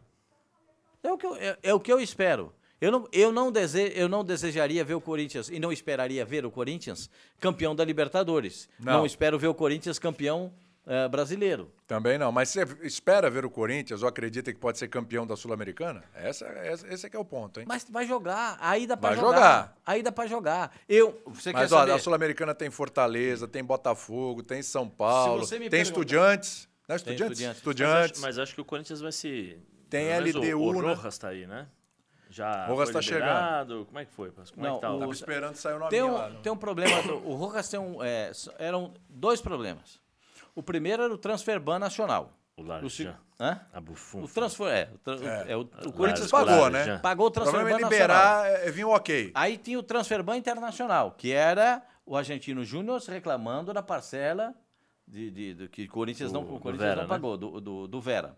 Speaker 2: É o, que eu, é, é o que eu espero. Eu não, eu, não dese, eu não desejaria ver o Corinthians, e não esperaria ver o Corinthians campeão da Libertadores.
Speaker 1: Não.
Speaker 2: Não, espero ver o Corinthians campeão eh, brasileiro.
Speaker 1: Também não, mas você espera ver o Corinthians ou acredita que pode ser campeão da Sul-Americana? Essa, essa- esse é que é o ponto, hein?
Speaker 2: Mas vai jogar, aí dá para
Speaker 1: Vai
Speaker 2: jogar.
Speaker 1: jogar.
Speaker 2: Aí dá para jogar. Eu, você quer
Speaker 1: Mas ó,
Speaker 2: saber?
Speaker 1: na Sul-Americana tem Fortaleza, tem Botafogo, tem São Paulo,
Speaker 2: você me
Speaker 1: tem
Speaker 2: perguntar-
Speaker 1: Estudiantes, não é Estudiantes?
Speaker 2: Estudiantes.
Speaker 3: Mas
Speaker 1: Estudiantes.
Speaker 3: acho, mas acho que o Corinthians vai se.
Speaker 1: Tem
Speaker 3: pelo menos
Speaker 1: LDU,
Speaker 3: O, o
Speaker 1: né?
Speaker 3: Rojas tá aí, né? Já.
Speaker 1: Rojas
Speaker 3: foi
Speaker 1: tá
Speaker 3: liberado. Como é que foi, Pasco? Como é
Speaker 2: Não,
Speaker 3: que tá?
Speaker 2: o-
Speaker 3: O...
Speaker 1: Tava esperando sair o Ah, nome
Speaker 2: Tem
Speaker 1: lá.
Speaker 2: um,
Speaker 1: não?
Speaker 2: tem um problema. do- o Rojas tem um. é, s- eram dois problemas. O primeiro era o transfer ban nacional.
Speaker 3: O Laranja.
Speaker 2: seg- Hã?
Speaker 3: A Buffon.
Speaker 2: O transfer. É, o, tra- é, o, o Corinthians
Speaker 1: pagou,
Speaker 3: claro,
Speaker 1: né?
Speaker 3: já.
Speaker 2: pagou o
Speaker 1: O
Speaker 2: transfer
Speaker 1: problema
Speaker 2: ban
Speaker 1: é
Speaker 2: nacional.
Speaker 1: liberar, é, é vir um ok.
Speaker 2: Aí tinha o transfer ban internacional, que era o argentino Júnior reclamando da parcela de, de- do que o Corinthians não,
Speaker 3: Do-
Speaker 2: o
Speaker 3: do
Speaker 2: Corinthians
Speaker 3: Vera,
Speaker 2: não
Speaker 3: né? Uhum.
Speaker 2: pagou, do, do, do Vera.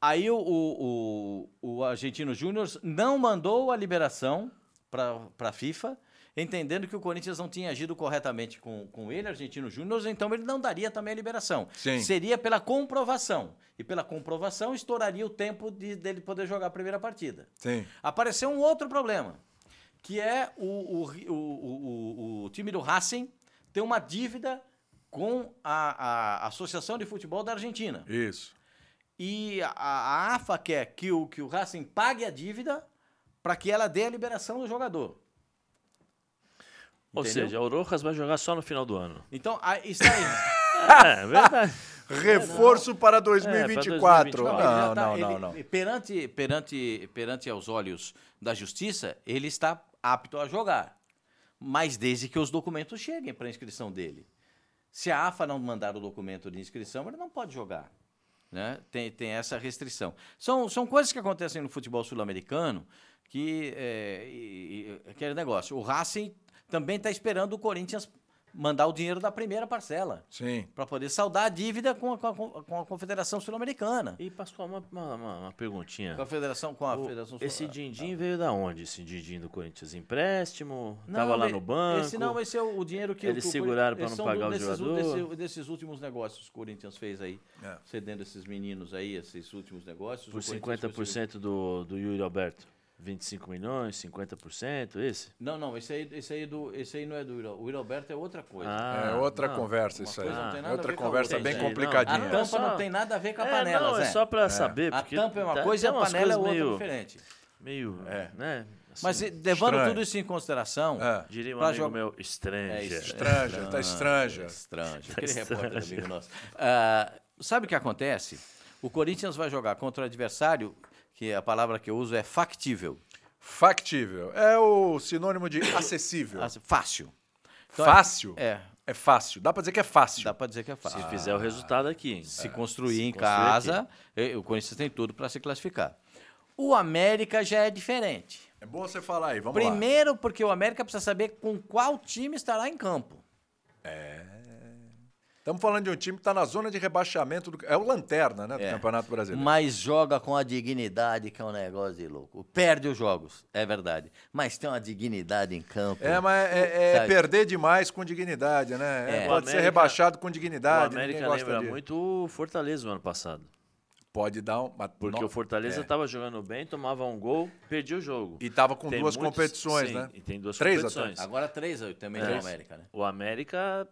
Speaker 2: Aí o, o, o, o argentino Júnior não mandou a liberação para a FIFA, entendendo que o Corinthians não tinha agido corretamente com, com ele, argentino Júnior, então ele não daria também a liberação.
Speaker 1: Sim.
Speaker 2: Seria pela comprovação. E pela comprovação estouraria o tempo de, dele poder jogar a primeira partida.
Speaker 1: Sim.
Speaker 2: Apareceu um outro problema, que é o, o, o, o- o- o time do Racing tem uma dívida com a, a Associação de Futebol da Argentina.
Speaker 1: Isso.
Speaker 2: E a, a AFA quer que o, que o Racing pague a dívida para que ela dê a liberação do jogador.
Speaker 3: Ou
Speaker 2: Entendeu?
Speaker 3: seja, o Rojas vai jogar só no final do ano.
Speaker 2: Então, a, está aí.
Speaker 3: É, é verdade.
Speaker 1: Reforço
Speaker 2: É,
Speaker 1: para 2024.
Speaker 3: 2024. Não,
Speaker 2: ele já
Speaker 1: Não,
Speaker 2: tá-
Speaker 1: não, não,
Speaker 2: ele-
Speaker 1: não.
Speaker 2: Perante, perante, perante aos olhos da justiça, ele está apto a jogar. Mas desde que os documentos cheguem para a inscrição dele. Se a AFA não mandar o documento de inscrição, ele não pode jogar. Né? Tem, tem essa restrição. São, são coisas que acontecem no futebol sul-americano que é, e- e- aquele negócio. O Racing também está esperando o Corinthians mandar o dinheiro da primeira parcela
Speaker 1: Sim.
Speaker 2: para poder saldar a dívida com a, com a- com a Confederação Sul-Americana.
Speaker 3: E, Pascoal, uma, uma, uma- uma perguntinha.
Speaker 2: Com a Federação, com a
Speaker 3: O-
Speaker 2: Federação
Speaker 3: esse
Speaker 2: Sul-Americana.
Speaker 3: din-din veio da onde? Esse din-din do Corinthians? Empréstimo?
Speaker 2: tá. Não,
Speaker 3: Tava lá
Speaker 2: de-
Speaker 3: no banco?
Speaker 2: Esse não, esse é o o dinheiro que...
Speaker 3: Eles
Speaker 2: que o Cori-
Speaker 3: seguraram pra
Speaker 2: eles
Speaker 3: não
Speaker 2: são
Speaker 3: pagar o
Speaker 2: desses,
Speaker 3: jogador?
Speaker 2: desse- desses últimos negócios que o Corinthians fez aí,
Speaker 1: É.
Speaker 2: cedendo esses meninos aí, esses últimos negócios.
Speaker 3: Por
Speaker 2: o Corinthians conseguiu-
Speaker 3: 50% do, do Yuri Alberto? 25 milhões, 50%, esse?
Speaker 2: Não, não, esse aí, esse aí, do, esse aí não é do Iro- O Iroberto é outra coisa.
Speaker 3: Ah,
Speaker 1: É outra
Speaker 3: não.
Speaker 1: conversa
Speaker 2: Uma
Speaker 1: isso aí.
Speaker 2: coisa não tem nada
Speaker 1: É outra
Speaker 2: a ver com a
Speaker 1: conversa
Speaker 2: outra,
Speaker 1: bem
Speaker 2: entendi.
Speaker 1: complicadinha.
Speaker 2: a tampa
Speaker 3: É só-
Speaker 2: não tem nada a ver com a
Speaker 3: É,
Speaker 2: panela,
Speaker 3: não, é
Speaker 2: Zé.
Speaker 3: só pra saber.
Speaker 2: A
Speaker 3: porque
Speaker 2: tampa é uma
Speaker 3: tá-
Speaker 2: coisa e
Speaker 3: tem
Speaker 2: a
Speaker 3: umas
Speaker 2: panela é
Speaker 3: coisas
Speaker 2: outra
Speaker 3: meio,
Speaker 2: diferente.
Speaker 3: Meio,
Speaker 1: É.
Speaker 3: né? assim,
Speaker 2: Mas eh, levando
Speaker 1: estranho.
Speaker 2: tudo isso em consideração,
Speaker 1: É.
Speaker 3: Diria um
Speaker 2: pra
Speaker 3: amigo
Speaker 2: jogar-
Speaker 3: meu, é, estrangeiro.
Speaker 1: Estranja, tá estranja.
Speaker 2: é Tá Estranja. Aquele repórter amigo nosso. Ah, sabe o que acontece? O Corinthians vai jogar contra o adversário, que a palavra que eu uso é factível,
Speaker 1: Factível. É o sinônimo de acessível.
Speaker 2: ah, fácil. Então, é-
Speaker 1: é Fácil?
Speaker 2: É,
Speaker 1: É fácil. Dá pra dizer que é fácil.
Speaker 2: dá para dizer que é fácil. É,
Speaker 3: Se fizer o resultado aqui. hein?
Speaker 2: se construir em
Speaker 3: construir
Speaker 2: casa, eh, o Corinthians tem tudo para se classificar. O América já é diferente.
Speaker 1: É bom você falar aí, vamos lá.
Speaker 2: Primeiro, porque o América precisa saber com qual time estará em campo.
Speaker 1: Estamos falando de um time que está na zona de rebaixamento. Do, é o Lanterna, né? Do
Speaker 2: É.
Speaker 1: Campeonato Brasileiro.
Speaker 2: Mas joga com a dignidade, que é um negócio de louco. Perde os jogos, é verdade. Mas tem uma dignidade em campo.
Speaker 1: É, mas é, é
Speaker 2: Sabe?
Speaker 1: perder demais com dignidade, né? É,
Speaker 2: É.
Speaker 1: Pode
Speaker 3: O
Speaker 1: ser
Speaker 3: América-
Speaker 1: rebaixado com
Speaker 3: O
Speaker 1: dignidade.
Speaker 3: América
Speaker 1: ninguém gosta
Speaker 3: lembra
Speaker 1: disso.
Speaker 3: muito o Fortaleza no ano passado.
Speaker 1: Pode dar um. mas
Speaker 3: Porque
Speaker 1: no-
Speaker 3: o Fortaleza tá-
Speaker 1: é.
Speaker 3: estava jogando bem, tomava um gol, perdia o jogo.
Speaker 1: E tava com
Speaker 3: Tem
Speaker 1: duas
Speaker 3: muitos-
Speaker 1: competições,
Speaker 3: sim,
Speaker 1: né?
Speaker 3: E tem duas
Speaker 1: Três
Speaker 3: competições.
Speaker 2: Agora 3 aí também
Speaker 3: É.
Speaker 2: do América, né?
Speaker 3: O América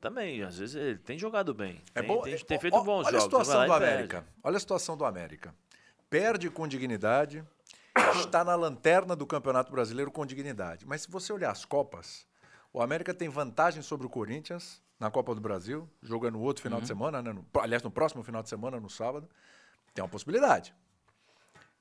Speaker 3: também, às vezes, ele tem jogado bem.
Speaker 1: É
Speaker 3: tem,
Speaker 1: bom.
Speaker 3: tem,
Speaker 1: é-
Speaker 3: tem
Speaker 1: ó-
Speaker 3: feito
Speaker 1: ó-
Speaker 3: bons
Speaker 1: olha a
Speaker 3: jogos.
Speaker 1: situação
Speaker 3: Vai
Speaker 1: do
Speaker 3: lá e perde.
Speaker 1: América. Olha a situação do América. Perde com dignidade, está na lanterna do Campeonato Brasileiro com dignidade. Mas se você olhar as Copas, o América tem vantagem sobre o Corinthians na Copa do Brasil, jogando no outro
Speaker 3: Uhum.
Speaker 1: final de semana, né? No- aliás, no próximo final de semana, no sábado. Tem uma possibilidade.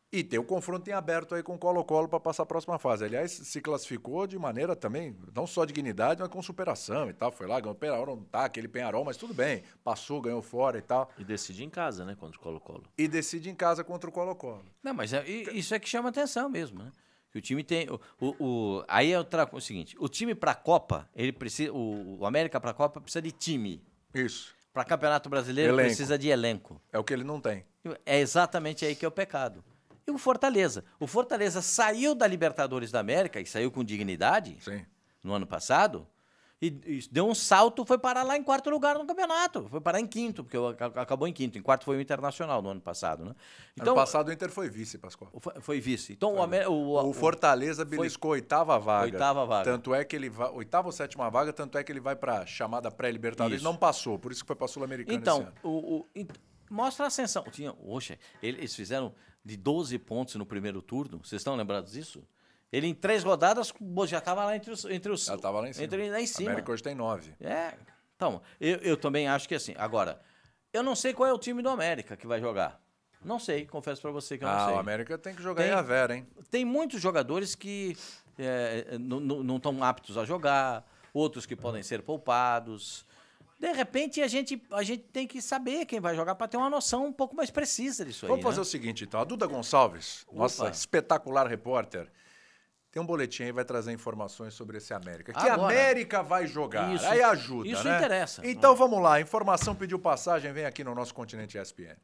Speaker 1: E tem o confronto em aberto aí com o Colo-Colo para passar a próxima fase. Aliás, se classificou de maneira também, não só dignidade, mas com superação e tal. Foi lá, ganhou o Penarol, não tá, aquele Penharol, mas tudo bem. Passou, ganhou fora e tal.
Speaker 3: E decide em casa, né? Contra o Colo-Colo.
Speaker 1: E decide em casa contra o Colo-Colo.
Speaker 2: Não, mas é- i- isso é que chama atenção mesmo, né? Que o time tem. O, o- o- aí é outra co- o seguinte: o time pra Copa, ele precisa. O, o América pra Copa precisa de time.
Speaker 1: Isso.
Speaker 2: Pra Campeonato Brasileiro
Speaker 1: Elenco.
Speaker 2: precisa de elenco.
Speaker 1: É o que ele não tem.
Speaker 2: É exatamente aí que é o pecado. E o Fortaleza? O Fortaleza saiu da Libertadores da América e saiu com dignidade
Speaker 1: Sim.
Speaker 2: no ano passado. E, e deu um salto, foi parar lá em quarto lugar no campeonato. Foi parar em quinto, porque o- ac- acabou em quinto. Em quarto foi o Internacional no ano passado, né? Então,
Speaker 1: ano passado o Inter foi vice, Pascoal.
Speaker 2: o- foi- foi vice. Então, o, Amé- o-
Speaker 1: O Fortaleza beliscou a oitava vaga.
Speaker 2: Oitava vaga.
Speaker 1: Tanto é que ele vai. Oitava ou sétima vaga, tanto é que ele vai para chamada pré-libertadores.
Speaker 2: Isso.
Speaker 1: Não passou, por isso que foi para Sul-Americana. esse
Speaker 2: Então,
Speaker 1: ano.
Speaker 2: o- o- ent- mostra a ascensão. Tinha, oxe, ele- eles fizeram de 12 pontos no primeiro turno. Vocês estão lembrados disso? Ele em três rodadas bo- já estava lá entre os. Entre os
Speaker 1: Ela tava lá em cima.
Speaker 2: Entre, lá em
Speaker 1: A
Speaker 2: cima.
Speaker 1: América hoje tem nove.
Speaker 2: É. Então, eu, eu também acho que assim. Agora, eu não sei qual é o time do América que vai jogar. Não sei, confesso pra você que eu não
Speaker 1: Ah,
Speaker 2: sei.
Speaker 1: o América tem que jogar
Speaker 2: Tem-
Speaker 1: em a Vera, hein?
Speaker 2: Tem muitos jogadores que é, não- não não estão aptos a jogar, outros que podem ser poupados. De repente, a gente, a gente tem que saber quem vai jogar para ter uma noção um pouco mais precisa disso aí.
Speaker 1: Vamos fazer
Speaker 2: né?
Speaker 1: o seguinte, então. A Duda Gonçalves, nossa
Speaker 2: Opa.
Speaker 1: espetacular repórter, tem um boletim aí vai trazer informações sobre esse América. Que
Speaker 2: Agora.
Speaker 1: América vai jogar.
Speaker 2: Isso-
Speaker 1: aí ajuda,
Speaker 2: isso
Speaker 1: né?
Speaker 2: interessa.
Speaker 1: Então vamos lá. Informação pediu passagem, vem aqui no nosso Continente ESPN.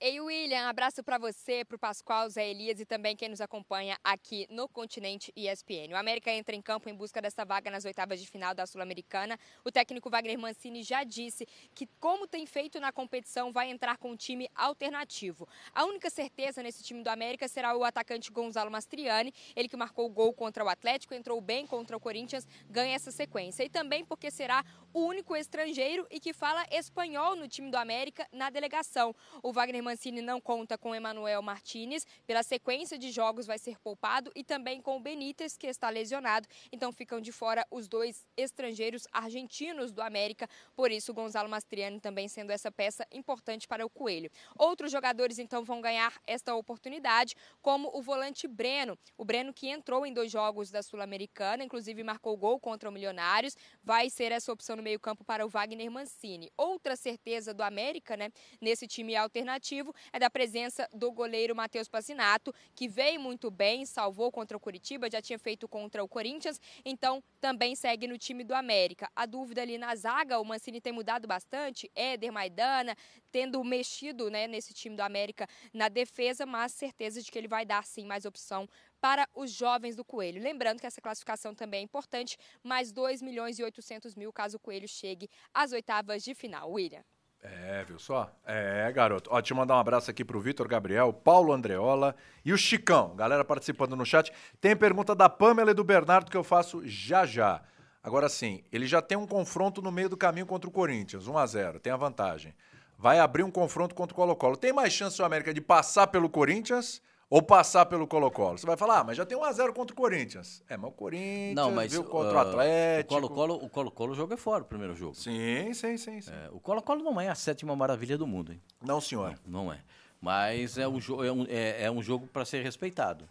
Speaker 4: Ei, William, abraço para você, para o Pascoal, Zé Elias e também quem nos acompanha aqui no Continente ESPN. O América entra em campo em busca dessa vaga nas oitavas de final da Sul-Americana. O técnico Wagner Mancini já disse que, como tem feito na competição, vai entrar com um time alternativo. A única certeza nesse time do América será o atacante Gonzalo Mastriani, ele que marcou o gol contra o Atlético, entrou bem contra o Corinthians, ganha essa sequência. E também porque será o único estrangeiro e que fala espanhol no time do América na delegação. O Wagner Mancini não conta com Emanuel Martinez, pela sequência de jogos vai ser poupado e também com o Benítez, que está lesionado. Então ficam de fora os dois estrangeiros argentinos do América, por isso o Gonzalo Mastriani também sendo essa peça importante para o Coelho. Outros jogadores então vão ganhar esta oportunidade, como o volante Breno. O Breno que entrou em dois jogos da Sul-Americana, inclusive marcou gol contra o Milionários, vai ser essa opção no meio-campo para o Wagner Mancini. Outra certeza do América, né, nesse time alternativo é da presença do goleiro Matheus Pacinato, que veio muito bem, salvou contra o Curitiba, já tinha feito contra o Corinthians, então também segue no time do América. A dúvida ali na zaga, o Mancini tem mudado bastante, Éder, Maidana, tendo mexido né, nesse time do América na defesa, mas certeza de que ele vai dar sim mais opção para os jovens do Coelho. Lembrando que essa classificação também é importante, mais 2 milhões e 800 mil caso o Coelho chegue às oitavas de final. William.
Speaker 1: É, viu só? É, garoto. Ó, deixa eu mandar um abraço aqui pro Vitor Gabriel, Paulo Andreola e o Chicão. Galera participando no chat. Tem pergunta da Pamela e do Bernardo que eu faço já já. Agora sim, ele já tem um confronto no meio do caminho contra o Corinthians, 1 a 0 tem a vantagem. Vai abrir um confronto contra o Colo-Colo. Tem mais chance o América de passar pelo Corinthians ou passar pelo Colo-Colo? Você vai falar, ah, mas já tem 1 a 0 contra o Corinthians. É, mas o Corinthians,
Speaker 2: Não, mas
Speaker 1: viu, contra o
Speaker 2: ah,
Speaker 1: Atlético.
Speaker 2: O Colo-Colo o Colo-Colo jogou fora o primeiro jogo.
Speaker 1: Sim, sim, sim. sim.
Speaker 2: É, o Colo-Colo não é a sétima maravilha do mundo, hein?
Speaker 1: Não, senhor.
Speaker 2: Não é. Mas é um, jo- é um, é- é um jogo para ser respeitado.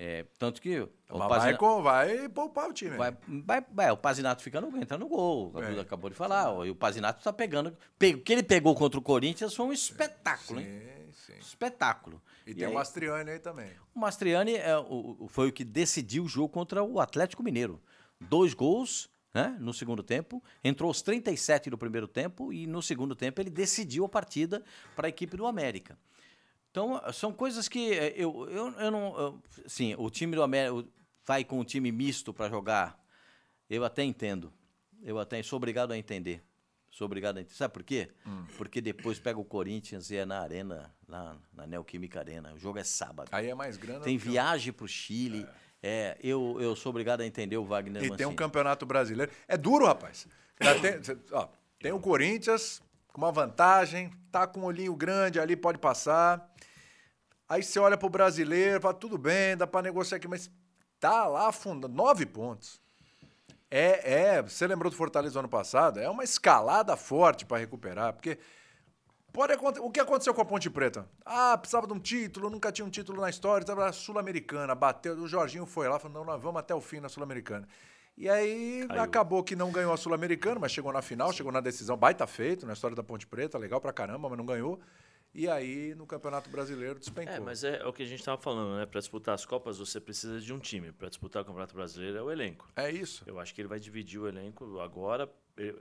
Speaker 2: É, tanto que. o
Speaker 1: Mas vai,
Speaker 2: Pazina-
Speaker 1: com- vai poupar o time.
Speaker 2: Vai, vai, vai, é, o Pazinato fica no, entra no gol, a
Speaker 1: É.
Speaker 2: Duda acabou de falar. ó, E o Pazinato tá pegando. pe- O que ele pegou contra o Corinthians foi um espetáculo, hein?
Speaker 1: Sim, É, sim.
Speaker 2: Espetáculo.
Speaker 1: E, tem um
Speaker 2: aí,
Speaker 1: o Mastriani aí também.
Speaker 2: o Mastriani é, o- o- foi o que decidiu o jogo contra o Atlético Mineiro. Dois gols né, no segundo tempo, entrou os 37 do primeiro tempo e no segundo tempo ele decidiu a partida para a equipe do América. Então, são coisas que eh, eu, eu, eu não. eu- sim, o time do América vai com um time misto para jogar. Eu até entendo. Eu até sou obrigado a entender. Sou obrigado a entender. Sabe por quê? Porque depois pega o Corinthians e é na Arena, lá na Neoquímica Arena. O jogo é sábado.
Speaker 1: Aí é mais grana.
Speaker 2: Tem
Speaker 1: do que-
Speaker 2: viagem para o Chile. É, eu, eu sou obrigado a entender o Wagner
Speaker 1: E
Speaker 2: Mancini.
Speaker 1: tem um campeonato brasileiro. É duro, rapaz. Já tem, cê- ó, tem o Corinthians com uma vantagem, tá com um olhinho grande ali, pode passar. Aí você olha pro brasileiro, fala, tudo bem, dá pra negociar aqui, mas tá lá afundando. Nove pontos. É, é, você lembrou do Fortaleza ano passado? É uma escalada forte pra recuperar, porque Pode aconte- O que aconteceu com a Ponte Preta? Ah, precisava de um título, nunca tinha um título na história, estava na Sul-Americana, bateu, o Jorginho foi lá, falou, não, nós vamos até o fim na Sul-Americana. E aí acabou que não ganhou a Sul-Americana, mas chegou na final, chegou na decisão, baita feito na história da Ponte Preta, legal pra caramba, mas não ganhou. E aí no Campeonato Brasileiro despencou.
Speaker 3: É, mas é, o que a gente estava falando, né? Para disputar as Copas, você precisa de um time. Para disputar o Campeonato Brasileiro, é o elenco.
Speaker 1: É isso.
Speaker 3: Eu acho que ele vai dividir o elenco agora. Ele,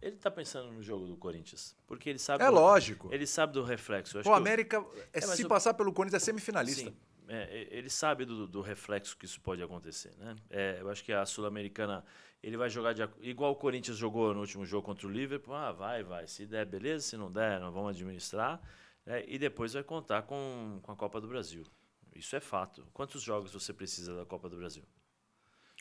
Speaker 3: ele tá pensando no jogo do Corinthians. Porque ele sabe.
Speaker 1: É
Speaker 3: do-
Speaker 1: lógico.
Speaker 3: Ele sabe do reflexo. Eu acho
Speaker 1: o
Speaker 3: que o-
Speaker 1: América, é,
Speaker 3: É, mas
Speaker 1: se
Speaker 3: o-
Speaker 1: passar pelo Corinthians, é semifinalista.
Speaker 3: Sim, é, e- ele sabe do, do reflexo que isso pode acontecer, né? É, eu acho que a Sul-Americana, ele vai jogar de, ac- igual o Corinthians jogou no último jogo contra o Liverpool, ah, vai, vai, se der, beleza, se não der, nós vamos administrar, né? e depois vai contar com, com a Copa do Brasil. Isso é fato. Quantos jogos você precisa da Copa do Brasil?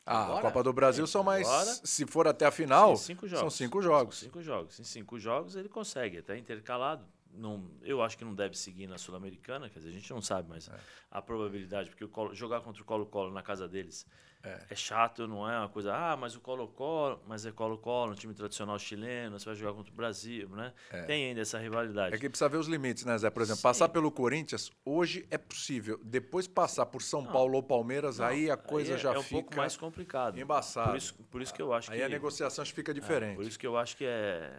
Speaker 1: Ah, a
Speaker 2: Agora?
Speaker 1: Copa do Brasil são mais,
Speaker 3: Agora?
Speaker 1: se for até a final,
Speaker 3: Em cinco jogos.
Speaker 1: são cinco jogos.
Speaker 3: São cinco jogos. Em cinco jogos ele consegue, até intercalado. Não, eu acho que não deve seguir na Sul-Americana, quer dizer, a gente não sabe,
Speaker 1: É.
Speaker 3: mas a probabilidade, porque o Colo- jogar contra o Colo-Colo na casa deles é. chato, não é uma coisa, ah, mas o Colo-Colo, mas é Colo-Colo, um time tradicional chileno, você vai jogar contra o Brasil, né? Tem ainda essa rivalidade.
Speaker 1: É que precisa ver os limites, né, Zé? Por exemplo, passar pelo Corinthians hoje é possível. Depois passar por São Paulo ou Palmeiras, aí a coisa
Speaker 3: Aí é,
Speaker 1: já
Speaker 3: é um
Speaker 1: fica.
Speaker 3: pouco mais complicado.
Speaker 1: embaçado.
Speaker 3: Por isso, por isso que eu acho
Speaker 1: aí
Speaker 3: que
Speaker 1: a negociação já fica
Speaker 3: É, por
Speaker 1: diferente.
Speaker 3: isso que eu acho que é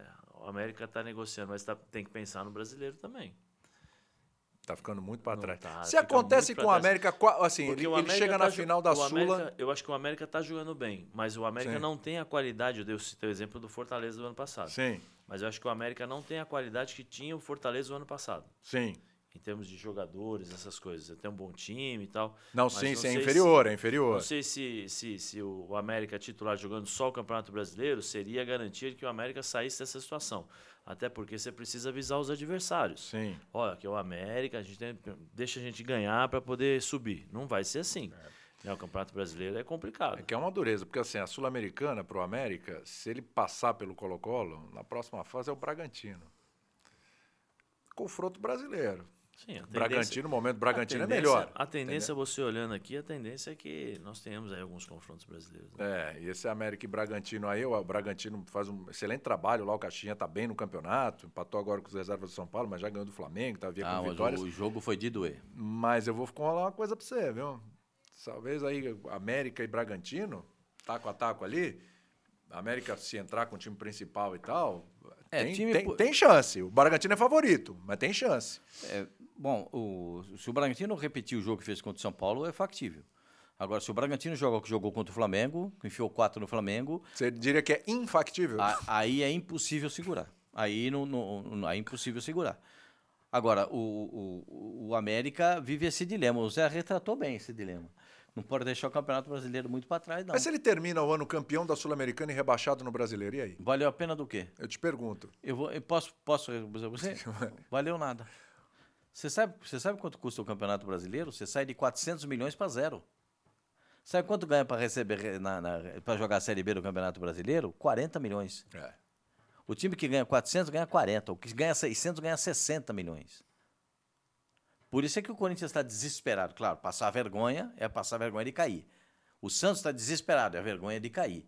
Speaker 3: o América está negociando, mas tá- tem que pensar no brasileiro também.
Speaker 1: tá ficando muito para
Speaker 3: Não
Speaker 1: trás.
Speaker 3: tá,
Speaker 1: Se
Speaker 3: fica
Speaker 1: acontece
Speaker 3: muito pra
Speaker 1: com o
Speaker 3: trás.
Speaker 1: América, qua- assim,
Speaker 3: Porque
Speaker 1: ele,
Speaker 3: o
Speaker 1: ele
Speaker 3: América
Speaker 1: chega
Speaker 3: tá
Speaker 1: na
Speaker 3: jo-
Speaker 1: final da
Speaker 3: o América-
Speaker 1: Sula.
Speaker 3: eu acho que o América tá jogando bem, mas o América
Speaker 1: Sim.
Speaker 3: não tem a qualidade, eu dei o teu exemplo do Fortaleza do ano passado.
Speaker 1: Sim,
Speaker 3: Mas eu acho que o América não tem a qualidade que tinha o Fortaleza do ano passado,
Speaker 1: sim.
Speaker 3: em termos de jogadores, essas coisas. Tem um bom time e tal.
Speaker 1: Não,
Speaker 3: mas
Speaker 1: sim, sim, é
Speaker 3: sei se-
Speaker 1: inferior, é
Speaker 3: não
Speaker 1: inferior.
Speaker 3: sei se, se, se o América é titular jogando só o Campeonato Brasileiro seria a garantia de que o América saísse dessa situação. Até porque você precisa avisar os adversários.
Speaker 1: Sim.
Speaker 3: Olha, que é o América, a gente tem- deixa a gente ganhar para poder subir. Não vai ser assim. né? O Campeonato Brasileiro é complicado.
Speaker 1: É que é uma dureza, porque assim, a Sul-Americana pro América, se ele passar pelo Colo-Colo, na próxima fase é o Bragantino. Confronto brasileiro.
Speaker 3: Sim, a tendência-
Speaker 1: Bragantino, no momento, Bragantino
Speaker 3: a
Speaker 1: é
Speaker 3: tendência-
Speaker 1: melhor.
Speaker 3: A tendência, é você olhando aqui, a tendência é que nós tenhamos aí alguns confrontos brasileiros. né?
Speaker 1: É, e esse América e Bragantino aí, o Bragantino faz um excelente trabalho lá, o Caixinha tá bem no campeonato, empatou agora com os reservas do São Paulo, mas já ganhou do Flamengo, tá via
Speaker 2: Ah,
Speaker 1: com
Speaker 2: mas
Speaker 1: vitórias.
Speaker 2: o jogo foi de doer.
Speaker 1: Mas eu vou falar uma coisa pra você, viu? Talvez aí América e Bragantino, taco a taco ali, América se entrar com o time principal e tal,
Speaker 2: É,
Speaker 1: tem,
Speaker 2: time
Speaker 1: tem-
Speaker 2: po-
Speaker 1: tem chance. O Bragantino é favorito, mas tem chance.
Speaker 2: É, bom, o- se o Bragantino repetir o jogo que fez contra o São Paulo, é factível. Agora, se o Bragantino joga o que jogou contra o Flamengo, que enfiou quatro no Flamengo,
Speaker 1: Você diria que é infactível?
Speaker 2: a- aí é impossível segurar. Aí, não, não- não- aí é impossível segurar. Agora, o, o- o América vive esse dilema. O Zé retratou bem esse dilema. Não pode deixar o Campeonato Brasileiro muito para trás, não.
Speaker 1: Mas se ele termina o ano campeão da Sul-Americana e rebaixado no Brasileiro, e aí?
Speaker 2: Valeu a pena do quê?
Speaker 1: Eu te pergunto.
Speaker 2: Eu, vou, eu posso, posso recusar você? Valeu nada. Você sabe, você sabe quanto custa o Campeonato Brasileiro? Você sai de 400 milhões para zero. Sabe quanto ganha para receber re- na, para jogar a Série B do Campeonato Brasileiro? 40 milhões.
Speaker 1: É.
Speaker 2: O time que ganha 400 ganha 40, o que ganha 600 ganha 60 milhões. Por isso é que o Corinthians está desesperado. Claro, passar vergonha é passar vergonha de cair. O Santos está desesperado, é a vergonha de cair.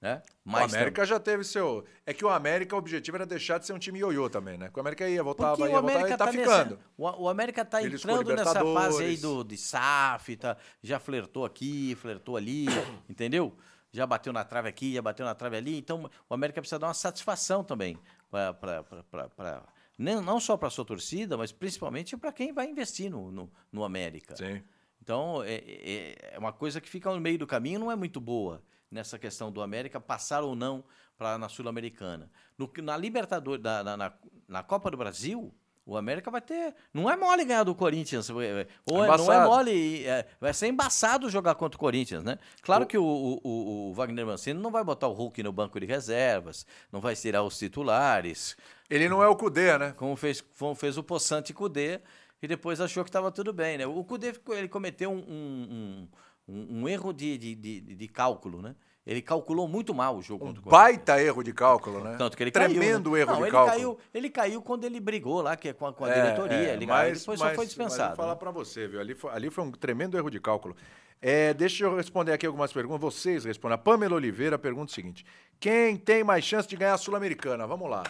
Speaker 2: Né?
Speaker 1: o América já teve seu. É que o América, o objetivo era deixar de ser um time ioiô também, né? Que o América ia, voltava,
Speaker 2: Porque
Speaker 1: ia,
Speaker 2: o América
Speaker 1: voltava, e tá,
Speaker 2: tá
Speaker 1: ficando.
Speaker 2: nessa- o, o América tá
Speaker 1: Ele escolhe
Speaker 2: entrando nessa fase aí
Speaker 1: Libertadores.
Speaker 2: do, de SAF, tá, já flertou aqui, flertou ali, entendeu? Já bateu na trave aqui, já bateu na trave ali. Então, o América precisa dar uma satisfação também. Pra, pra, pra, pra- pra- nem- não só para sua torcida, mas principalmente para quem vai investir no, no, no América.
Speaker 1: Sim.
Speaker 2: Então, é, é- é uma coisa que fica no meio do caminho não é muito boa. nessa questão do América passar ou não para na Sul-Americana. No que- Na Libertadores, da- na, na, na Copa do Brasil, o América vai ter. Não é mole ganhar do Corinthians. Ou é- ou é- não é
Speaker 1: Embaçado.
Speaker 2: mole. é, vai ser embaçado jogar contra o Corinthians, né? Claro que o, o- o- o Wagner Mancini não vai botar o Hulk no banco de reservas, não vai tirar os titulares,
Speaker 1: Ele não é o Cudê, né?
Speaker 2: como fez, como fez o Poçante e Cudê, e depois achou que estava tudo bem, né? O Cudê ficou- ele cometeu um, um- um- um erro de, de- de- de cálculo, né? Ele calculou muito mal o jogo.
Speaker 1: Um
Speaker 2: contra o Corinthians.
Speaker 1: baita erro de cálculo, né?
Speaker 2: Tanto que ele
Speaker 1: Tremendo
Speaker 2: caiu, né?
Speaker 1: erro
Speaker 2: Não,
Speaker 1: de
Speaker 2: ele
Speaker 1: cálculo.
Speaker 2: Caiu, ele caiu quando ele brigou lá que é com a, com a
Speaker 1: É,
Speaker 2: diretoria.
Speaker 1: é,
Speaker 2: ele
Speaker 1: mas-
Speaker 2: aí depois só
Speaker 1: mas-
Speaker 2: foi
Speaker 1: Mas eu
Speaker 2: dispensado.
Speaker 1: vou falar
Speaker 2: né?
Speaker 1: pra você, viu? Ali foi, ali foi um tremendo erro de cálculo. É, deixa eu responder aqui algumas perguntas. Vocês respondem. A Pamela Oliveira pergunta o seguinte: quem tem mais chance de ganhar a Sul-Americana? Vamos lá.